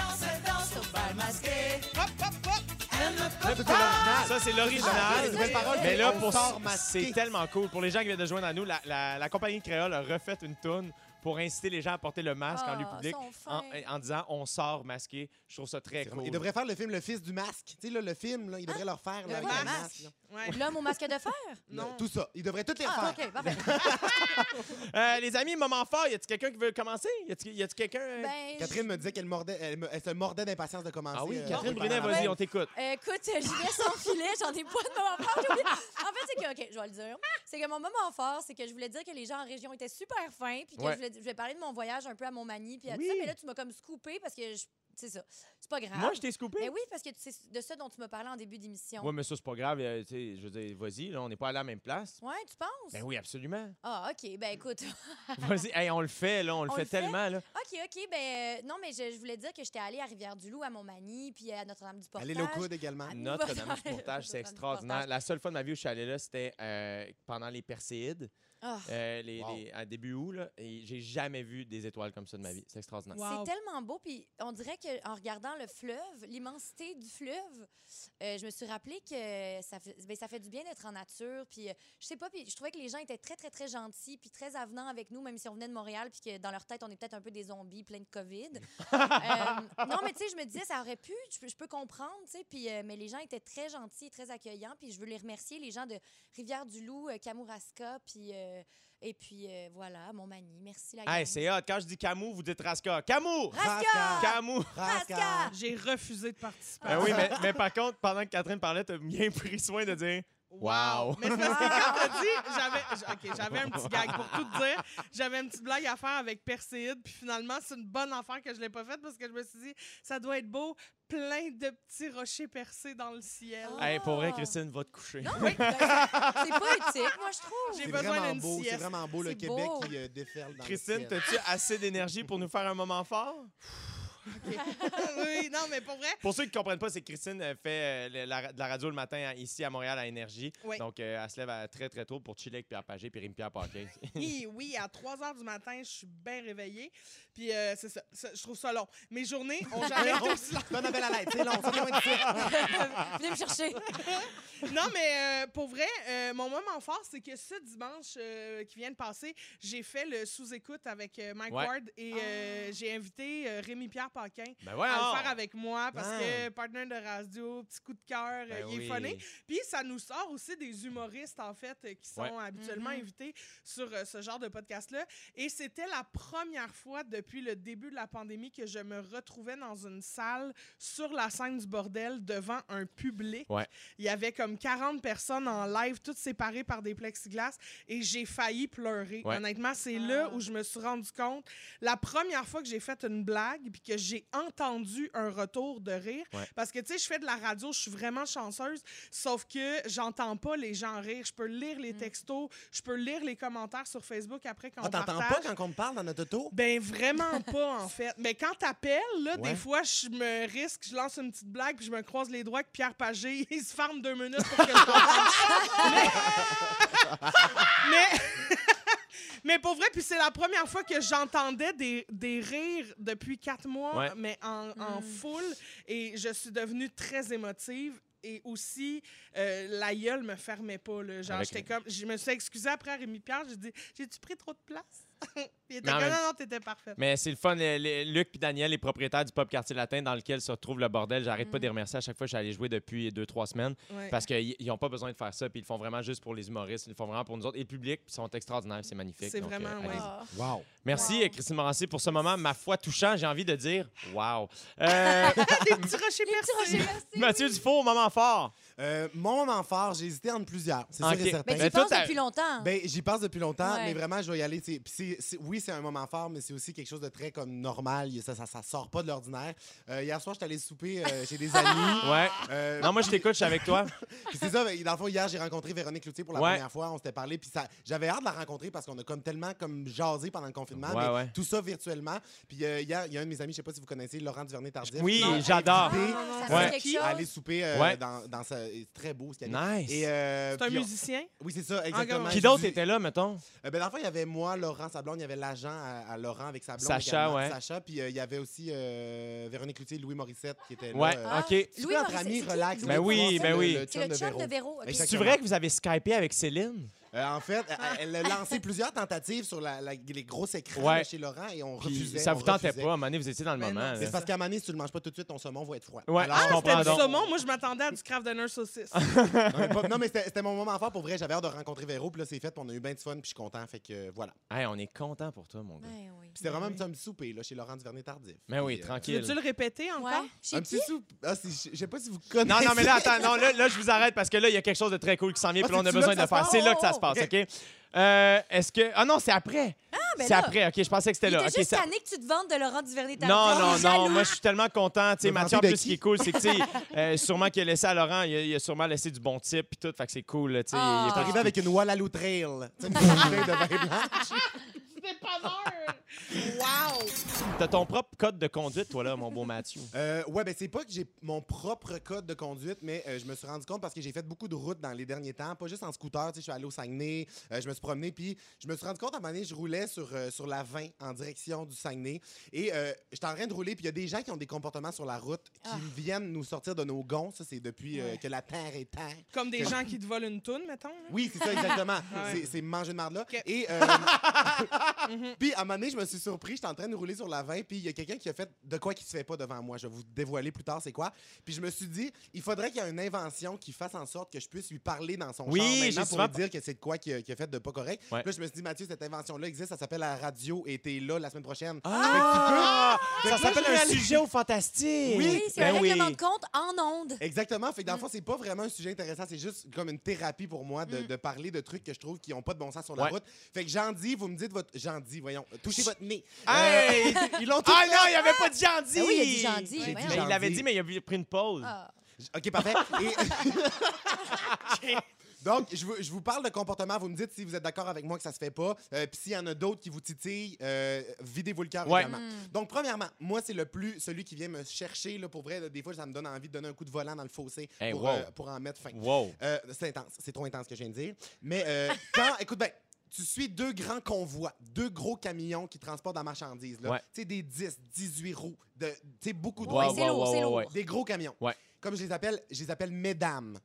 B: Ça,
A: Ça, c'est
B: c'est l'original. Ah, les
A: l'original.
B: nouvelles paroles,
A: Mais là,
B: on
A: pour
B: sort masqué.
A: c'est tellement cool. Pour les gens qui viennent de joindre à nous, la, la- la compagnie Créole a refait une toune pour inciter les gens à porter le masque en
C: Ah,
A: lieu public
C: sont fins.
A: en, en disant on sort masqué. Je trouve ça très
B: C'est vraiment-
A: cool.
B: Ils devraient faire le film Le Fils du Masque. Tu sais, là, le film, là, ils devraient le refaire.
C: Le
B: là, avec
C: masque.
B: un masque, là.
D: Ouais.
C: L'homme au masque de fer?
D: Non.
B: Tout ça. Ils devraient tout les
C: Ah,
B: refaire.
C: OK, parfait.
A: Euh, les amis, moment fort, y a-t-il quelqu'un qui veut commencer Y a-t-il y a-t-il quelqu'un euh?
C: Ben,
B: Catherine me disait qu'elle mordait, elle, me- elle se mordait d'impatience de commencer.
A: Ah oui,
B: euh,
A: Catherine
B: oui,
A: Brunet,
B: par la
A: vas-y,
B: bande.
A: on t'écoute.
C: Euh, Écoute, je vais sans filet, j'en ai pas de moment fort. j'ai oublié. En fait, c'est que, OK, je vais le dire. C'est que mon moment fort, c'est que je voulais dire que les gens en région étaient super fins, puis que
A: Ouais.
C: je, voulais, je voulais parler de mon voyage un peu à Montmagny, puis à
A: Oui.
C: tout ça, mais là, tu m'as comme scoopé parce que, je- c'est ça, c'est pas grave.
A: Moi, je t'ai scoopé.
C: Mais Ah. Ben oui, parce que c'est de ça dont tu me parlais en début d'émission.
A: Ouais, mais ça, c'est pas grave. euh, tu sais, je veux dire, vas-y, là, on n'est pas à la même place.
C: Ouais, tu penses?
A: Ben oui, absolument.
C: Ah, OK, ben écoute.
A: Vas-y, Hey, on le fait, là, on le
C: On
A: fait
C: le fait?
A: tellement, là.
C: OK, OK, ben euh, non, mais je, je voulais dire que j'étais allée à Rivière-du-Loup, à Montmagny, puis à Notre-Dame-du-Portage.
B: Elle est locaux également.
C: Ah,
A: Notre-Dame du
C: Ouais,
A: Portage, c'est
C: Notre-Dame du
A: extraordinaire.
C: Portage.
A: La seule fois de ma vie où je suis allé là, c'était euh, pendant les Perséides,
C: Ah,
A: euh, les,
B: Wow.
A: les- à début août, là, et j'ai jamais vu des étoiles comme ça de ma vie. C'est extraordinaire.
D: Wow.
C: C'est tellement beau, puis on dirait qu'en regardant le fleuve, l'immensité du fleuve, euh, je me suis rappelé que ça fait, ben, ça fait du bien d'être en nature, puis euh, je sais pas, puis je trouvais que les gens étaient très, très, très gentils, puis très avenants avec nous, même si on venait de Montréal, puis que dans leur tête, on est peut-être un peu des zombies pleins de COVID. Euh, non, mais tu sais, je me disais, ça aurait pu, je, peux- je peux comprendre, tu sais, puis euh, mais les gens étaient très gentils, très accueillants, puis je veux les remercier, les gens de Rivière-du-Loup, euh, Kamouraska, puis... euh, et puis euh, voilà, Montmagny, merci la gang.
A: Hey, c'est hot. Quand je dis Camus, vous dites Raska. Camus!
C: Raska!
A: Camus!
C: Rascal!
D: J'ai refusé de participer.
C: Ah.
A: Ben oui, mais, mais par contre, pendant que Catherine parlait, t'as bien pris soin de dire Wow.
D: Mais c'est parce que quand t'as dit, j'avais, j- ok, j'avais un petit gag pour tout dire. J'avais une petite blague à faire avec Perséide, puis finalement, c'est une bonne affaire que je l'ai pas faite parce que je me suis dit, ça doit être beau, plein de petits rochers percés dans le ciel.
C: Ah.
A: Hey, pour vrai, Christine, va te coucher.
C: Non, oui. ben, c'est c'est pas éthique, moi, je trouve.
D: J'ai
B: C'est
D: besoin
B: vraiment
D: d'une
B: beau, c'est
D: sieste.
B: vraiment beau le
C: C'est
B: Québec
C: beau.
B: qui euh, déferle dans
A: Christine,
B: le ciel.
A: t'as-tu assez d'énergie pour nous faire un moment fort?
D: oui, non, mais pour vrai,
A: Pour ceux qui ne comprennent pas, c'est que Christine euh, fait euh, le- la, ra- de la radio le matin à- ici à Montréal à Énergie.
D: Oui.
A: Donc, euh, elle se lève à très, très tôt pour chiller avec Pierre Pagé et Rémi-Pierre Paquin.
D: oui, oui, à 3 h du matin, je suis bien réveillée. Puis euh, c'est ça, ça, je trouve ça long. Mes journées ont jamais été aussi longues.
B: Donne un bel à l'aide, c'est long, c'est loin de ça.
C: Venez me chercher.
D: Non, mais euh, pour vrai, euh, mon moment fort, c'est que ce dimanche euh, qui vient de passer, j'ai fait le sous-écoute avec euh, Mike
A: Ouais.
D: Ward et euh, j'ai invité Rémi-Pierre Paquin
A: ben ouais,
D: à le faire avec moi parce
B: Ah.
D: que partenaire de radio, petit coup de cœur,
A: Ben
D: euh, il est funny. Puis ça nous sort aussi des humoristes, en fait, euh, qui sont
A: Ouais.
D: habituellement
C: Mhm.
D: invités sur euh, ce genre de podcast-là. Et c'était la première fois depuis le début de la pandémie que je me retrouvais dans une salle sur la scène du bordel devant un public.
A: Ouais.
D: Il y avait comme 40 personnes en live, toutes séparées par des plexiglas, et j'ai failli pleurer.
A: Ouais.
D: Honnêtement, c'est là
C: Ah.
D: où je me suis rendu compte, la première fois que j'ai fait une blague, puis que j'ai entendu un retour de rire,
A: Ouais.
D: parce que, tu sais, je fais de la radio, je suis vraiment chanceuse, sauf que j'entends pas les gens rire. Je peux lire les textos, je peux lire les commentaires sur Facebook après quand
B: Ah,
D: on
B: t'entends
D: partage.
B: pas quand on me parle dans notre auto?
D: Ben vraiment pas en fait. Mais quand t'appelles là,
B: Ouais.
D: des fois je me risque, je lance une petite blague puis je me croise les doigts que Pierre Pagé il se ferme deux minutes pour que je comprenne. mais... mais mais pour vrai puis c'est la première fois que j'entendais des, des rires depuis quatre mois
A: Ouais.
D: mais en, en
C: Mm.
D: foule et je suis devenue très émotive. Et aussi, euh, la gueule me fermait pas. Là. Genre,
A: Avec-
D: j'étais comme... Je me suis excusée après à Rémi Pierre. J'ai dit, j'ai-tu pris trop de place? Il était
A: Mais en
D: comme,
A: même-
D: Ah non, non, t'étais parfaite.
A: Mais c'est le fun. euh, les- Luc et Daniel, les propriétaires du pub Quartier Latin dans lequel se retrouve le bordel, j'arrête pas de les remercier à chaque fois que je suis allé jouer depuis deux, trois semaines
D: Mm. Ouais.
A: parce qu'ils n'ont pas besoin de faire ça. Puis ils le font vraiment juste pour les humoristes. Ils le font vraiment pour nous autres. Et le public, puis ils sont extraordinaires. C'est magnifique.
D: C'est
A: Donc, euh,
D: vraiment, ouais.
A: allez-y.
C: Ah.
B: Wow.
A: Merci,
C: Wow.
A: euh, Christine Morancy, pour ce moment, ma foi touchant. J'ai envie de dire wow. Euh,
D: Des petits
C: Les
D: rochers
C: petits
D: percés.
C: rochers restés.
A: Mathieu Dufour, moment fort.
B: Euh, mon moment fort, j'ai hésité entre plusieurs, c'est
A: Ok.
B: sûr et certain.
C: Mais tu
A: Ben,
C: y
A: toi,
C: penses
A: t'as-
C: depuis longtemps.
B: Ben, j'y passe depuis longtemps,
C: Ouais.
B: mais vraiment, je vais y aller. tu sais. Puis c'est- c'est- oui, c'est un moment fort, mais c'est aussi quelque chose de très comme normal. Il- Ça, ça, ça sort pas de l'ordinaire. Euh, hier soir, j'étais allé souper euh, chez des amis.
A: Ouais.
B: Euh,
A: Non, moi, je t'écoute, je suis avec toi.
B: puis c'est ça, ben, dans le fond, hier, j'ai rencontré Véronique Loutier pour la
A: Ouais.
B: première fois. On s'était parlé, puis ça- j'avais hâte de la rencontrer parce qu'on a comme tellement comme jasé pendant le confinement,
A: Ouais,
B: mais
A: ouais.
B: tout ça virtuellement. Puis euh, hier, il y a un de mes amis, je sais pas si vous connaissez, Laurent Duvernay-Tardif.
A: Oui,
B: qui m'a
A: j'adore.
B: invité
C: Ça
A: Ouais.
C: fait quelque chose.
B: à aller souper euh,
A: Ouais.
B: dans, dans sa- c'est très beau ce qu'il y a.
A: Nice.
B: Et, euh,
D: C'est un
B: puis on-
D: musicien.
B: Oui, c'est ça, exactement.
A: Qui d'autre
B: Du-
A: était là, mettons?
B: Euh, ben, dans le fond, il y avait moi, Laurent, sa blonde, il y avait l'agent à, à Laurent avec sa blonde.
A: Sacha,
B: également,
A: ouais.
B: Sacha, puis euh, il y avait aussi euh, Véronique Loutier, Louis Morissette qui était là.
A: Ouais,
B: euh,
C: Ah.
A: OK.
B: tu peux entre
C: Morissette,
B: amis,
C: c'est qui?
B: relax.
C: Ah, Louis
A: Ben oui,
C: Morissette?
A: ben oui.
C: C'est le chum de Véro. ok.
B: Exactement.
A: C'est vrai que vous avez Skypé avec Céline?
B: Euh, en fait,
C: Ah.
B: elle- elle a lancé plusieurs tentatives sur la- la- les grosses écrans
A: Ouais.
B: là, chez Laurent et on
A: Puis
B: refusait.
A: ça
B: on
A: vous tentait
B: refusait.
A: pas. À un moment donné, vous étiez dans le
D: Mais
A: moment.
D: non,
B: Mais
A: là.
B: C'est parce qu'à un moment donné, si tu le manges pas tout de suite, ton saumon va être froid.
A: Ouais,
B: Alors,
A: je comprends
D: C'était du
A: donc.
D: saumon. Moi, je m'attendais à du craft dinner saucisse.
B: non, mais pas- non, mais c'était c'était mon moment fort pour vrai. J'avais hâte de rencontrer Véro, puis là, c'est fait, puis on a eu bien du fun, puis je suis content. Fait que euh, voilà. Puis
A: Hey, on est content pour toi, mon gars.
C: Ben oui.
B: c'était vraiment un petit- un petit souper là, chez Laurent Duvernay-Tardif.
A: Mais Ben oui,
B: Puis, euh,
A: tranquille.
D: Veux-tu le répéter encore?
C: Ouais. Chez
B: Un
C: qui?
B: petit souper. Ah, c'est- je je sais pas si vous connaissez.
A: Non, non, mais là, attends, non, là, là, je vous arrête parce que là, il y a quelque chose de très cool qui s'en vient,
B: Ah,
A: puis là, on a
B: c'est-tu
A: besoin
B: là
A: de
B: que
A: le
B: ça
A: faire.
B: se
A: C'est
B: passe?
A: là que ça se passe, OK? Euh, Est-ce que. Ah non, c'est après.
C: ben
A: c'est
C: là.
A: après, OK, je pensais que c'était
C: Il
A: là.
C: était
A: OK,
C: juste
A: ça-
C: tanné que tu te vantes de Laurent duvernay
A: Non, non, non. Moi, je suis tellement content. Tu sais,
B: Me
A: Mathieu, en
B: vanter de
A: plus, ce qui est
B: qui?
A: cool, c'est que, tu sais, euh, sûrement qu'il a laissé à Laurent, il a, il a sûrement laissé du bon type, puis tout. Fait que c'est cool, là, tu sais.
C: Ah.
A: il est pas-
C: T'es
B: arrivé avec une Wallaloo Trail. Tu sais, une bouteille de vin blanc.
D: C'était pas mal. Wow!
A: T'as ton propre code de conduite, toi, là, mon beau Mathieu.
B: Euh, ouais, ben c'est pas que j'ai mon propre code de conduite, mais euh, je me suis rendu compte parce que j'ai fait beaucoup de routes dans les derniers temps, pas juste en scooter. Tu sais, je suis allé au Saguenay, euh, je me suis promené, puis je me suis rendu compte à un moment donné, je roulais sur, euh, sur la 20 en direction du Saguenay. Et euh, j'étais en train de rouler, puis il y a des gens qui ont des comportements sur la route qui
C: Ah.
B: viennent nous sortir de nos gonds. Ça, c'est depuis euh,
C: Ouais.
B: que la terre est terre.
D: Comme des gens qui te volent une toune, mettons. là.
B: Oui, c'est ça,
D: Ouais.
B: exactement. C'est- C'est manger de marde là.
D: Ok.
B: Et. euh, Puis à un moment donné, je me suis surpris, j'étais en train de rouler sur la 20, puis il y a quelqu'un qui a fait de quoi qui se fait pas devant moi. Je vais vous dévoiler plus tard c'est quoi. Puis je me suis dit, il faudrait qu'il y ait une invention qui fasse en sorte que je puisse lui parler dans son
A: Oui,
B: char
A: j'ai
B: maintenant pour
A: souvent-
B: lui dire que c'est de quoi qui a, qu'il a fait de pas correct.
A: Ouais.
B: Puis là, je me suis dit, Mathieu, cette invention-là existe, ça s'appelle la radio et t'es là la semaine prochaine.
A: Ah!
B: Fait que
A: Ça
B: là,
A: s'appelle
B: je
A: un
B: réalise-
A: sujet au fantastique.
C: Oui, c'est un
A: Ben
C: règlement de compte en
B: Eh,
C: ondes.
B: Exactement. Fait que dans
C: Mm.
B: le fond, c'est pas vraiment un sujet intéressant. C'est juste comme une thérapie pour moi de,
C: Mm.
B: de parler de trucs que je trouve qui ont pas de bon sens sur la
A: Ouais.
B: route. Fait que j'en dis, vous me dites votre. J'en dis, voyons. Touchez votre nez.
A: Hey!
B: Euh, ils l'ont tout.
A: Ah non, il avait pas dit Jandy!
C: Ben oui, il a dit Jandy,
B: J'ai dit
C: voyons.
A: Mais il
B: Jandy.
A: l'avait dit, mais il a pris une pause.
C: Ah.
B: OK, parfait. Et- Donc, je vous, je vous parle de comportement. Vous me dites si vous êtes d'accord avec moi que ça se fait pas. Euh, Puis s'il y en a d'autres qui vous titillent, euh, videz-vous le cœur,
A: Ouais.
B: évidemment.
C: Mm.
B: Donc, premièrement, moi, c'est le plus celui qui vient me chercher. Là, pour vrai, là, des fois, ça me donne envie de donner un coup de volant dans le fossé
A: Hey,
B: pour,
A: wow.
B: euh, pour en mettre fin.
A: Wow.
B: Euh, c'est intense. C'est trop intense ce que je viens de dire. Mais euh, quand, écoute bien, tu suis deux grands convois, deux gros camions qui transportent de la marchandise. là.
A: Ouais.
B: Tu sais, des 10, 18 roues, de, tu sais, beaucoup de
C: Ouais,
A: Wow,
C: c'est
A: wow,
C: lourd,
A: wow,
C: c'est
A: wow,
C: lourd.
A: ouais.
B: des gros camions.
A: Ouais.
B: Comme je les appelle, je les appelle mesdames.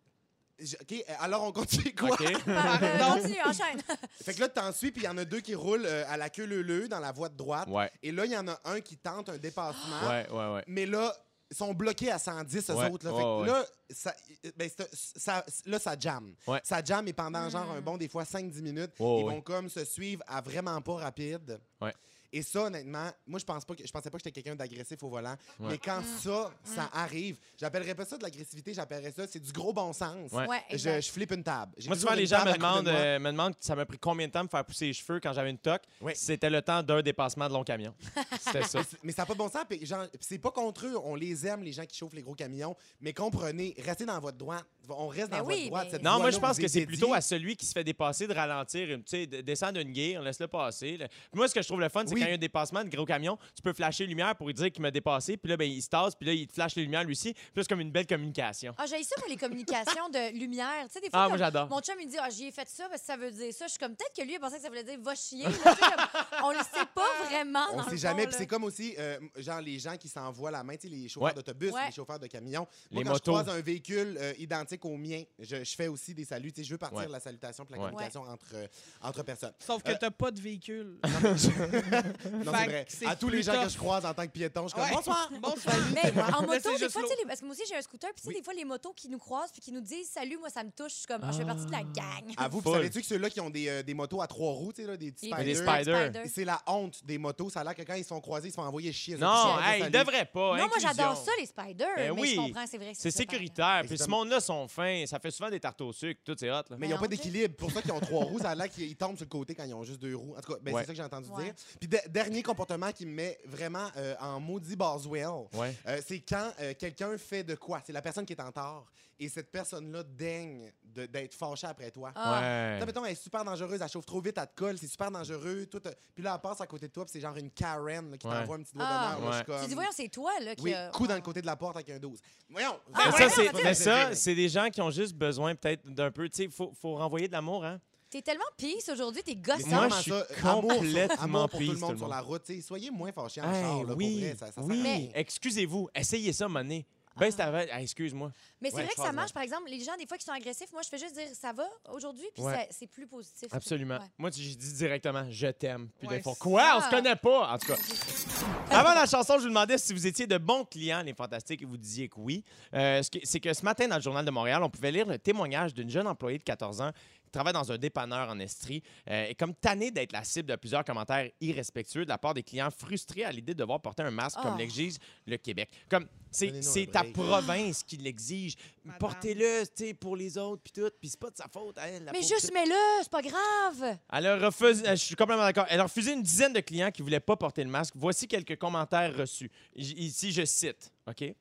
B: Je- OK, euh, alors on continue quoi?
A: OK.
C: Euh, Continue, enchaîne.
B: Fait que là, t'en suis, puis il y en a deux qui roulent euh, à la queue leu dans la voie de droite.
A: Ouais,
B: Et là, il y en a un qui tente un dépassement.
A: ouais, ouais, ouais.
B: Mais là, ils sont bloqués à 110, eux
A: Ouais,
B: autres. Là,
A: ouais,
B: Fait que
A: ouais.
B: là, ça, ben, c'est- ça, là, ça jam.
A: Ouais.
B: Ça jam et pendant genre
C: Mm.
B: un bon, des fois 5-10 minutes,
A: Ouais,
B: ils
A: ouais.
B: vont comme se suivre à vraiment pas rapide.
A: Ouais.
B: Et ça, honnêtement, moi, je pense pas que je pensais pas que j'étais quelqu'un d'agressif au volant.
A: Ouais.
B: Mais quand ça, ça arrive, j'appellerais pas ça de l'agressivité, j'appellerais ça, c'est du gros bon sens.
A: Ouais.
C: Ouais,
B: Je,
C: exact.
B: je flippe une table. J'ai
A: Moi,
B: toujours
A: souvent, les
B: une
A: gens
B: table
A: me
B: à côté de
A: demandent,
B: moi.
A: euh, me demandent ça m'a pris combien de temps de me faire pousser les cheveux quand j'avais une toque.
B: Oui.
A: C'était le temps d'un dépassement de long camion. C'était ça.
B: Mais ça n'a pas de bon sens. puis genre, puis c'est pas contre eux. On les aime, les gens qui chauffent les gros camions. Mais comprenez, restez dans votre droite. On reste
C: Ben
B: dans
C: oui,
B: votre droite.
C: mais-
B: cette
A: Non, moi,
B: voie-là,
A: je
B: on
A: pense
B: vous
A: que
B: est
A: c'est
B: dédiée.
A: plutôt à celui qui se fait dépasser de ralentir, tu sais, de- descendre une guire, laisse-le passer. là. Puis Moi, ce que je trouve le fun, c'est
B: Oui.
A: quand il y a un dépassement de gros camion, tu peux flasher les lumières pour lui dire qu'il m'a dépassé, puis là, ben, il se tasse, puis là, il te flash les lumières lui aussi. Puis là, c'est comme une belle communication.
C: Ah, j'ai ça pour les communications de lumière. Tu sais, des
A: Ah,
C: fois,
A: moi,
C: comme-
A: j'adore.
C: mon chum, il dit, ah, j'y ai fait ça parce que ça veut dire ça. Je suis comme, peut-être que lui, il pensait que ça voulait dire va chier. là. Tu sais, comme, on le sait pas vraiment. Ah,
B: On
C: dans le
B: sait
C: fond,
B: jamais. Puis
C: là.
B: c'est comme aussi, euh, genre, les gens qui s'envoient la main, tu sais, les chauffeurs
A: Ouais.
B: d'autobus,
C: Ouais.
B: les chauffeurs de camions.
A: Les
B: Moi, quand
A: motos.
B: je croise un véhicule euh, identique au mien, je, je fais aussi des saluts. Tu sais, je veux partir
A: Ouais.
B: de la salutation pour la
A: Ouais.
B: communication entre, euh, entre personnes.
D: Sauf que
B: Euh,
D: t'as pas de véhicule.
B: Non,
D: Fait
B: c'est
D: que
B: vrai.
D: c'est
B: À tous les
D: plus
B: gens que
D: tough.
B: je croise en tant que piéton, je suis comme,
D: Ouais.
B: bonsoir.
D: Bonsoir.
C: Mais Ben, en
D: Là, c'est
C: moto, des
D: juste
C: fois, tu sais,
D: l'eau.
C: les- parce que moi aussi, j'ai un scooter. Puis, tu sais,
B: Oui.
C: des fois, les motos qui nous croisent puis qui nous disent salut, moi, ça me touche. Je suis comme, Ah, je fais partie de la gang.
B: À vous, oh, puis
A: Full.
B: savez-tu que ceux-là qui ont des, euh, des motos à trois roues, tu sais, là, des petits
C: Les
B: spiders,
A: Des
C: petits
A: spiders.
B: c'est la honte des motos. Ça a l'air que quand ils se font croiser, ils se font envoyer chier. Ça,
A: Non,
B: c'est-
A: hey,
B: ça,
A: il
B: ça,
A: devrait pas.
C: Non, moi,
A: inclusion.
C: j'adore ça, les spiders.
A: Ben
C: mais
A: oui.
C: je comprends, c'est vrai. que
A: C'est
C: ça fait peur.
A: sécuritaire. Puis ce
B: Exactement.
A: monde-là sont fins. Ça fait souvent des tartes au sucre, tout, c'est hot. Là.
B: Mais
C: Mais
B: ils n'ont pas
C: en fait-
B: d'équilibre. Pour ça qu'ils ont trois roues, ça a l'air qu'ils tombent sur le côté quand ils ont juste deux roues. En tout cas, ben,
A: Ouais.
B: c'est ça que j'ai entendu
C: Ouais.
B: dire. Puis de- dernier comportement qui me met vraiment euh, en maudit Boswell,
A: Ouais.
B: euh, c'est quand euh, quelqu'un fait de quoi? C'est la personne qui est en tort et cette personne-là daigne de- d'être fâchée après toi.
C: Ah.
B: T'sais, mettons, elle est super dangereuse, elle chauffe trop vite, elle te colle, c'est super dangereux. Tout, euh, puis là, elle passe à côté de toi, puis c'est genre une Karen là, qui
A: Ouais.
B: t'envoie un petit doigt
C: Ah.
B: d'honneur. là,
A: Ouais.
B: je suis
C: Tu dis,
B: comme-
C: voyons, c'est toi, là, oh, qui
B: Oui,
C: a-
B: coup dans le côté de la porte avec un 12. Voyons!
A: mais
C: Ah, ouais,
A: ça,
C: non,
A: c'est,
C: c'est-
A: mais ça, c'est des gens qui ont juste besoin peut-être d'un peu. Tu sais, il faut, faut renvoyer de l'amour, hein?
C: T'es tellement pisse aujourd'hui, t'es
B: Mais
C: gossant.
B: c'est
A: Moi,
B: vraiment
A: je suis
B: ça, euh, amour sur-
A: complètement
B: amour pour tout
A: pisse,
B: le monde
A: tout
B: sur
A: le
B: la route. tu sais, soyez moins fâchés en
A: Hey,
B: char, là, pour
A: oui,
B: vrai, ça, ça sert à
A: oui.
B: rien.
A: Excusez-vous, essayez ça, Monet. Ben, c'est avant- ah, excuse-moi.
C: Mais c'est
B: Ouais,
C: vrai
B: je
C: que ça
B: pense,
C: marche, par exemple, les gens, des fois, qui sont agressifs, moi, je fais juste dire ça va aujourd'hui, puis
A: Ouais.
C: ça- c'est plus positif.
A: Absolument.
C: Ouais.
A: Moi, tu- j'ai dit directement, je t'aime. Puis là,
D: Ouais,
A: ils font
D: c'est
A: quoi? On
C: ça.
A: se connaît pas. En tout cas. Avant la chanson, je vous demandais si vous étiez de bons clients, les fantastiques, et vous disiez que oui. Euh, ce que- c'est que ce matin, dans le Journal de Montréal, on pouvait lire le témoignage d'une jeune employée de 14 ans qui travaille dans un dépanneur en Estrie euh, et comme tannée d'être la cible de plusieurs commentaires irrespectueux de la part des clients frustrés à l'idée de devoir porter un masque comme
C: Ah.
A: l'exige le Québec. Comme c'est
B: Donnez-nous
A: c'est
B: un
A: ta
B: break.
A: province qui l'exige.
D: Madame.
A: Portez-le, tu sais, pour les autres puis tout, puis c'est pas de sa faute à elle. la
C: Mais
A: pauvre
C: juste mets-le, c'est pas grave.
A: elle a refusé, euh, je suis complètement d'accord. Elle a refusé une dizaine de clients qui ne voulaient pas porter le masque. Voici quelques commentaires reçus. J- Ici, je cite, OK?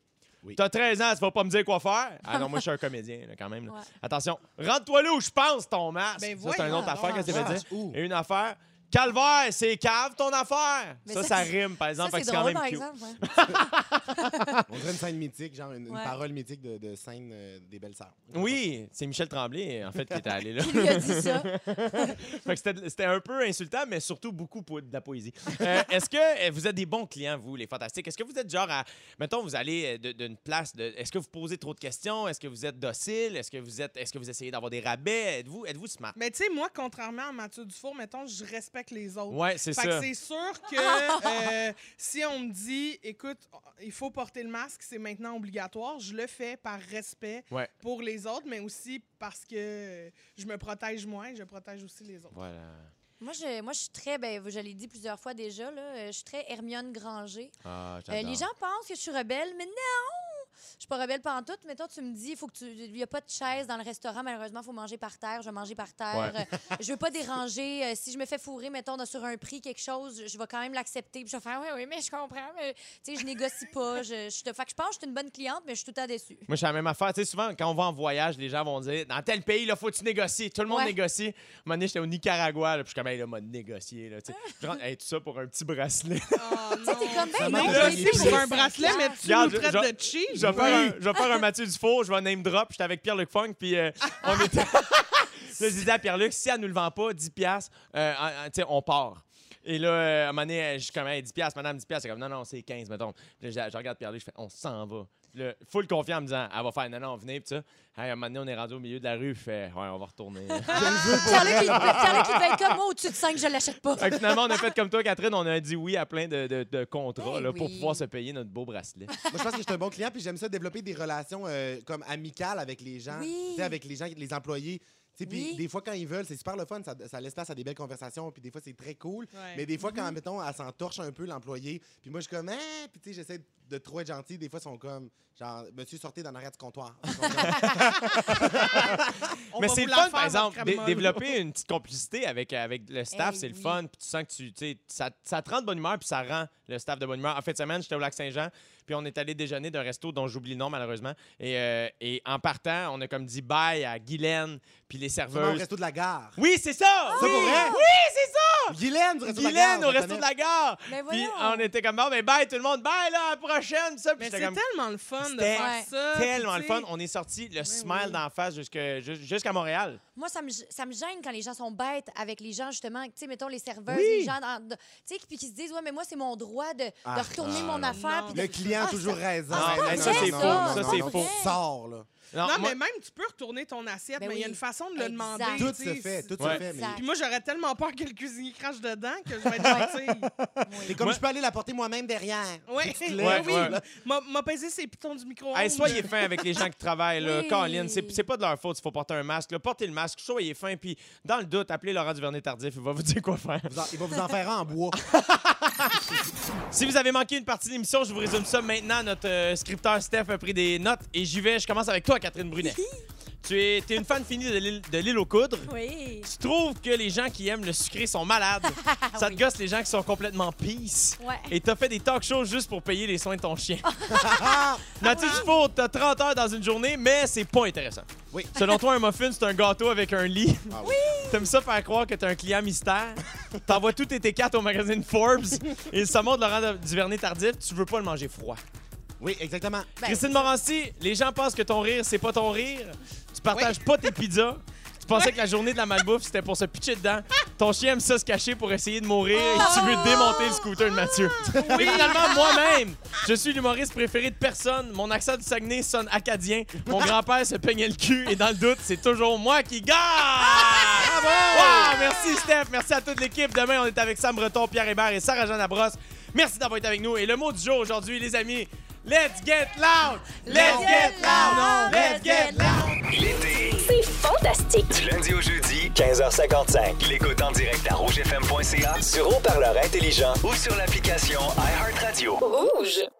B: Oui.
A: T'as 13 ans, tu vas pas me dire quoi faire? Ah non, moi, je suis un comédien, là, quand même. là.
C: Ouais.
A: Attention, rentre-toi là où je pense, ton masque. ça,
D: Ben
A: c'est une
D: voyons
A: autre affaire, qu'est-ce que
C: Ah.
A: ça veut dire?
B: Ouh.
A: Et une affaire, calvaire, c'est cave, ton affaire.
C: Mais
A: Ça, ça,
C: ça,
A: rime, par exemple,
C: ça,
A: fait
C: c'est
A: que c'est quand
C: drôle,
A: même cute.
C: par exemple. ouais.
A: Ah.
B: On dirait une scène mythique, genre une, une
C: Ouais.
B: parole mythique de, de scène euh, des belles-sœurs.
A: Oui, c'est Michel Tremblay, en fait, qui était allé là.
C: Qui lui a dit ça?
A: Fait que c'était c'était un peu insultant, mais surtout beaucoup po- de la poésie. Euh, Est-ce que euh, vous êtes des bons clients, vous, les fantastiques? Est-ce que vous êtes genre à. Mettons, vous allez euh, de- d'une place. de- Est-ce que vous posez trop de questions? Est-ce que vous êtes docile? Est-ce que vous êtes. Est-ce que vous essayez d'avoir des rabais? Êtes-vous êtes smart?
D: Mais tu sais, moi, contrairement à Mathieu Dufour, mettons, je respecte respecte les autres.
A: Ouais, c'est
D: Fait que
A: ça.
D: c'est sûr que euh, si on me dit, écoute, il faut porter le masque, c'est maintenant obligatoire, je le fais par respect
A: Ouais.
D: pour les autres, mais aussi parce que je me protège moins, et je protège aussi les autres.
A: Voilà.
C: Moi, je, moi, je suis très, ben, je l'ai dit plusieurs fois déjà, là, euh, je suis très Hermione Granger.
A: Ah,
C: Euh, les gens pensent que je suis rebelle, mais non! Je suis pas rebelle pantoute. Mettons, tu me dis, faut que tu, il y a pas de chaise dans le restaurant. Malheureusement, faut manger par terre. Je vais manger par terre.
A: Ouais.
C: Euh, je veux pas déranger. Euh, si je me fais fourrer, mettons, dans- sur un prix quelque chose, je vais quand même l'accepter. Puis je vais faire, oui, oui, mais je comprends. Mais tu sais, je négocie pas. Je, je, te- fait que je pense que je suis une bonne cliente, mais je suis tout le temps déçue.
A: Moi, je suis la même affaire. Tu sais, souvent, quand on va en voyage, les gens vont dire Dans tel pays, là, faut que tu négocies. Tout le monde
C: Ouais.
A: négocie. Un moment donné, j'étais au Nicaragua, là, puis je suis comme, hey, là, m'a négocié. Là, tu sais. je rentre, hey, tout ça pour un petit bracelet.
D: Oh,
C: Tu sais, t'es comme ben,
A: mange
C: non,
A: le
C: j'ai
A: pied
C: dit,
D: pour un
C: c'est
D: bracelet, mais
C: clair.
D: tu
A: Regarde,
D: nous
A: je-
D: traites de cheap.
A: Je vais, faire un, je vais faire un Mathieu Dufour, je vais un name drop. J'étais avec Pierre-Luc Funk, puis euh, on était. là, je disais à Pierre-Luc Si elle nous le vend pas, 10$, piastres, euh, en- en- tu sais, on part. Et là, euh, à un moment donné, euh, je suis comme, hey, 10$, piastres, madame, 10$. piastres. C'est comme, non, non, c'est 15, mettons. Puis là, je, je regarde Pierre-Luc, je fais, on s'en va. Le full confiant en me disant, elle va faire, non, non, venez, puis ça. Hey, à un moment donné, on est rendu au milieu de la rue, je fais, ouais, on va retourner.
C: Charlie qui Charlie qui devait être comme moi au-dessus de 5, je l'achète pas.
A: Fait que finalement, on a fait comme toi, Catherine, on a dit oui à plein de, de- de contrats
C: Ben
A: là, pour
C: oui.
A: pouvoir se payer notre beau bracelet.
B: Moi, je pense que je suis un bon client, puis j'aime ça développer des relations euh, comme amicales avec les gens,
C: Oui.
B: Tu sais, avec les gens, les employés. Tu sais, Puis
C: Oui.
B: des fois, quand ils veulent, c'est super le fun, ça, ça laisse place à des belles conversations, puis des fois, c'est très cool.
D: Ouais.
B: Mais des fois,
A: Mm-hmm.
B: quand, mettons, elle s'entorche un peu, l'employé, puis moi, je suis comme, ah, puis tu sais, j'essaie de trop être gentil. Des fois, ils sont comme, genre, monsieur, sortez dans l'arrière du comptoir. Ils sont comme,
D: On
A: Mais
D: va
A: c'est
D: vous
A: le
D: la
A: fun, par
D: faire, votre
A: exemple,
D: crème
A: dé-
D: molle.
A: développer une petite complicité avec, euh, avec le staff,
C: Eh
A: c'est le
C: oui.
A: fun. Puis tu sens que tu, tu sais, ça, ça te rend de bonne humeur, puis ça rend le staff de bonne humeur. En fait, semaine, j'étais au lac Saint-Jean, puis on est allé déjeuner d'un resto dont j'oublie le nom, malheureusement. Et, euh, et en partant, on a comme dit bye à Guylaine, puis les
B: Sûrement au
A: serveuses.
B: resto de la gare.
A: Oui, c'est ça!
B: Ça, pour vrai?
A: Oui, c'est ça!
B: Guylaine, du resto de la gare.
A: Guylaine au
B: on
A: resto
B: reconnaît.
A: de la gare!
C: Mais
A: Puis
C: voyons.
A: on était comme, bon, ben bye tout le monde, bye là, à la prochaine, puis ça. Puis
D: Mais c'est
A: j'étais comme,
D: tellement le fun de
A: C'était
D: faire ça.
A: tellement le
D: puis tu
A: fun.
D: sais,
A: On est sorti le smile
D: oui.
A: d'en face jusque- jus- jusqu'à Montréal.
C: Moi, ça me, ça me gêne quand les gens sont bêtes avec les gens, justement, tu sais, mettons les serveuses,
A: Oui.
C: les gens, dans- de- tu sais, puis qui se disent, ouais, mais moi, c'est mon droit de, de
B: Ah,
C: retourner
A: ah,
C: mon
A: non.
C: affaire.
D: Non.
C: puis de-
B: Le client a
C: Ah,
B: toujours
C: ça-
B: raison.
C: ah,
A: c'est
B: Ouais,
A: pas
B: non,
A: vrai,
B: non,
A: ça.
B: non,
A: Ça,
B: non, non,
A: c'est
B: non,
A: faux.
B: Tu sors, là.
D: Non,
A: moi-
D: mais même, tu peux retourner ton assiette,
C: Ben
D: mais il y a
C: oui.
D: une façon de le
C: Exact.
D: demander.
B: Tout
D: tu sais,
B: se fait, tout
A: Ouais.
B: se fait. mais-
C: Exact.
D: Puis moi, j'aurais tellement peur que le cuisinier crache dedans que je vais être gentille.
B: C'est comme
A: Moi-
B: je peux aller la porter moi-même derrière.
D: Ouais.
B: Tu te
D: Oui,
B: lèves,
D: oui.
A: ouais.
D: M'a m'a pesé ses pitons du micro-ondes.
A: Hey, soyez fin avec les gens qui travaillent, là.
C: Oui.
A: Colin, c'est c'est pas de leur faute s'il faut porter un masque. là. Portez le masque, soyez fin, puis dans le doute, appelez Laurent Duvernay Tardif, il va vous dire quoi faire.
B: Vous en- il va vous en faire un en bois.
A: Si vous avez manqué une partie de l'émission, je vous résume ça maintenant. Notre euh, scripteur Steph a pris des notes et j'y vais. Je commence avec toi, Catherine Brunet. tu es, t'es une fan finie de l'île- de l'île aux coudres.
C: Oui.
A: Tu trouves que les gens qui aiment le sucré sont malades. Ça te
C: Oui.
A: gosse les gens qui sont complètement peace.
C: Ouais.
A: Et t'as fait des talk shows juste pour payer les soins de ton chien.
B: Ah!
A: Mathieu Dufour, t'as 30 heures dans une journée, mais c'est pas intéressant.
B: Oui.
A: Selon toi, un muffin, c'est un gâteau avec un lit.
B: Ah
A: oui. T'aimes ça faire croire que t'es un client mystère. T'envoies tous tes T4 au magazine Forbes. Et le saumon de Laurent Duvernay Tardif, tu veux pas le manger froid.
B: Oui, exactement.
C: Ben,
A: Christine Morancy, les gens pensent que ton rire, c'est pas ton rire. Tu partages pas tes pizzas. Tu pensais que la journée de la malbouffe, c'était pour se pitcher dedans. Ton chien aime ça se cacher pour essayer de mourir et tu veux démonter le scooter de Mathieu. Et finalement, moi-même, je suis l'humoriste préféré de personne. Mon accent du Saguenay sonne acadien. Mon grand-père se peignait le cul et dans le doute, c'est toujours moi qui gagne! Wow! Merci, Steph. Merci à toute l'équipe. Demain, on est avec Sam Breton, Pierre Hébert et Sarah-Jeanne Labrosse. Merci d'avoir été avec nous. Et le mot du jour aujourd'hui, les amis, let's get loud! Let's get loud! Let's get loud!
E: L'été,
F: C'est fantastique.
E: du lundi au jeudi, 15h55. L'écoute en direct à rougefm.ca, sur haut-parleur intelligent ou sur l'application iHeartRadio.
F: Rouge.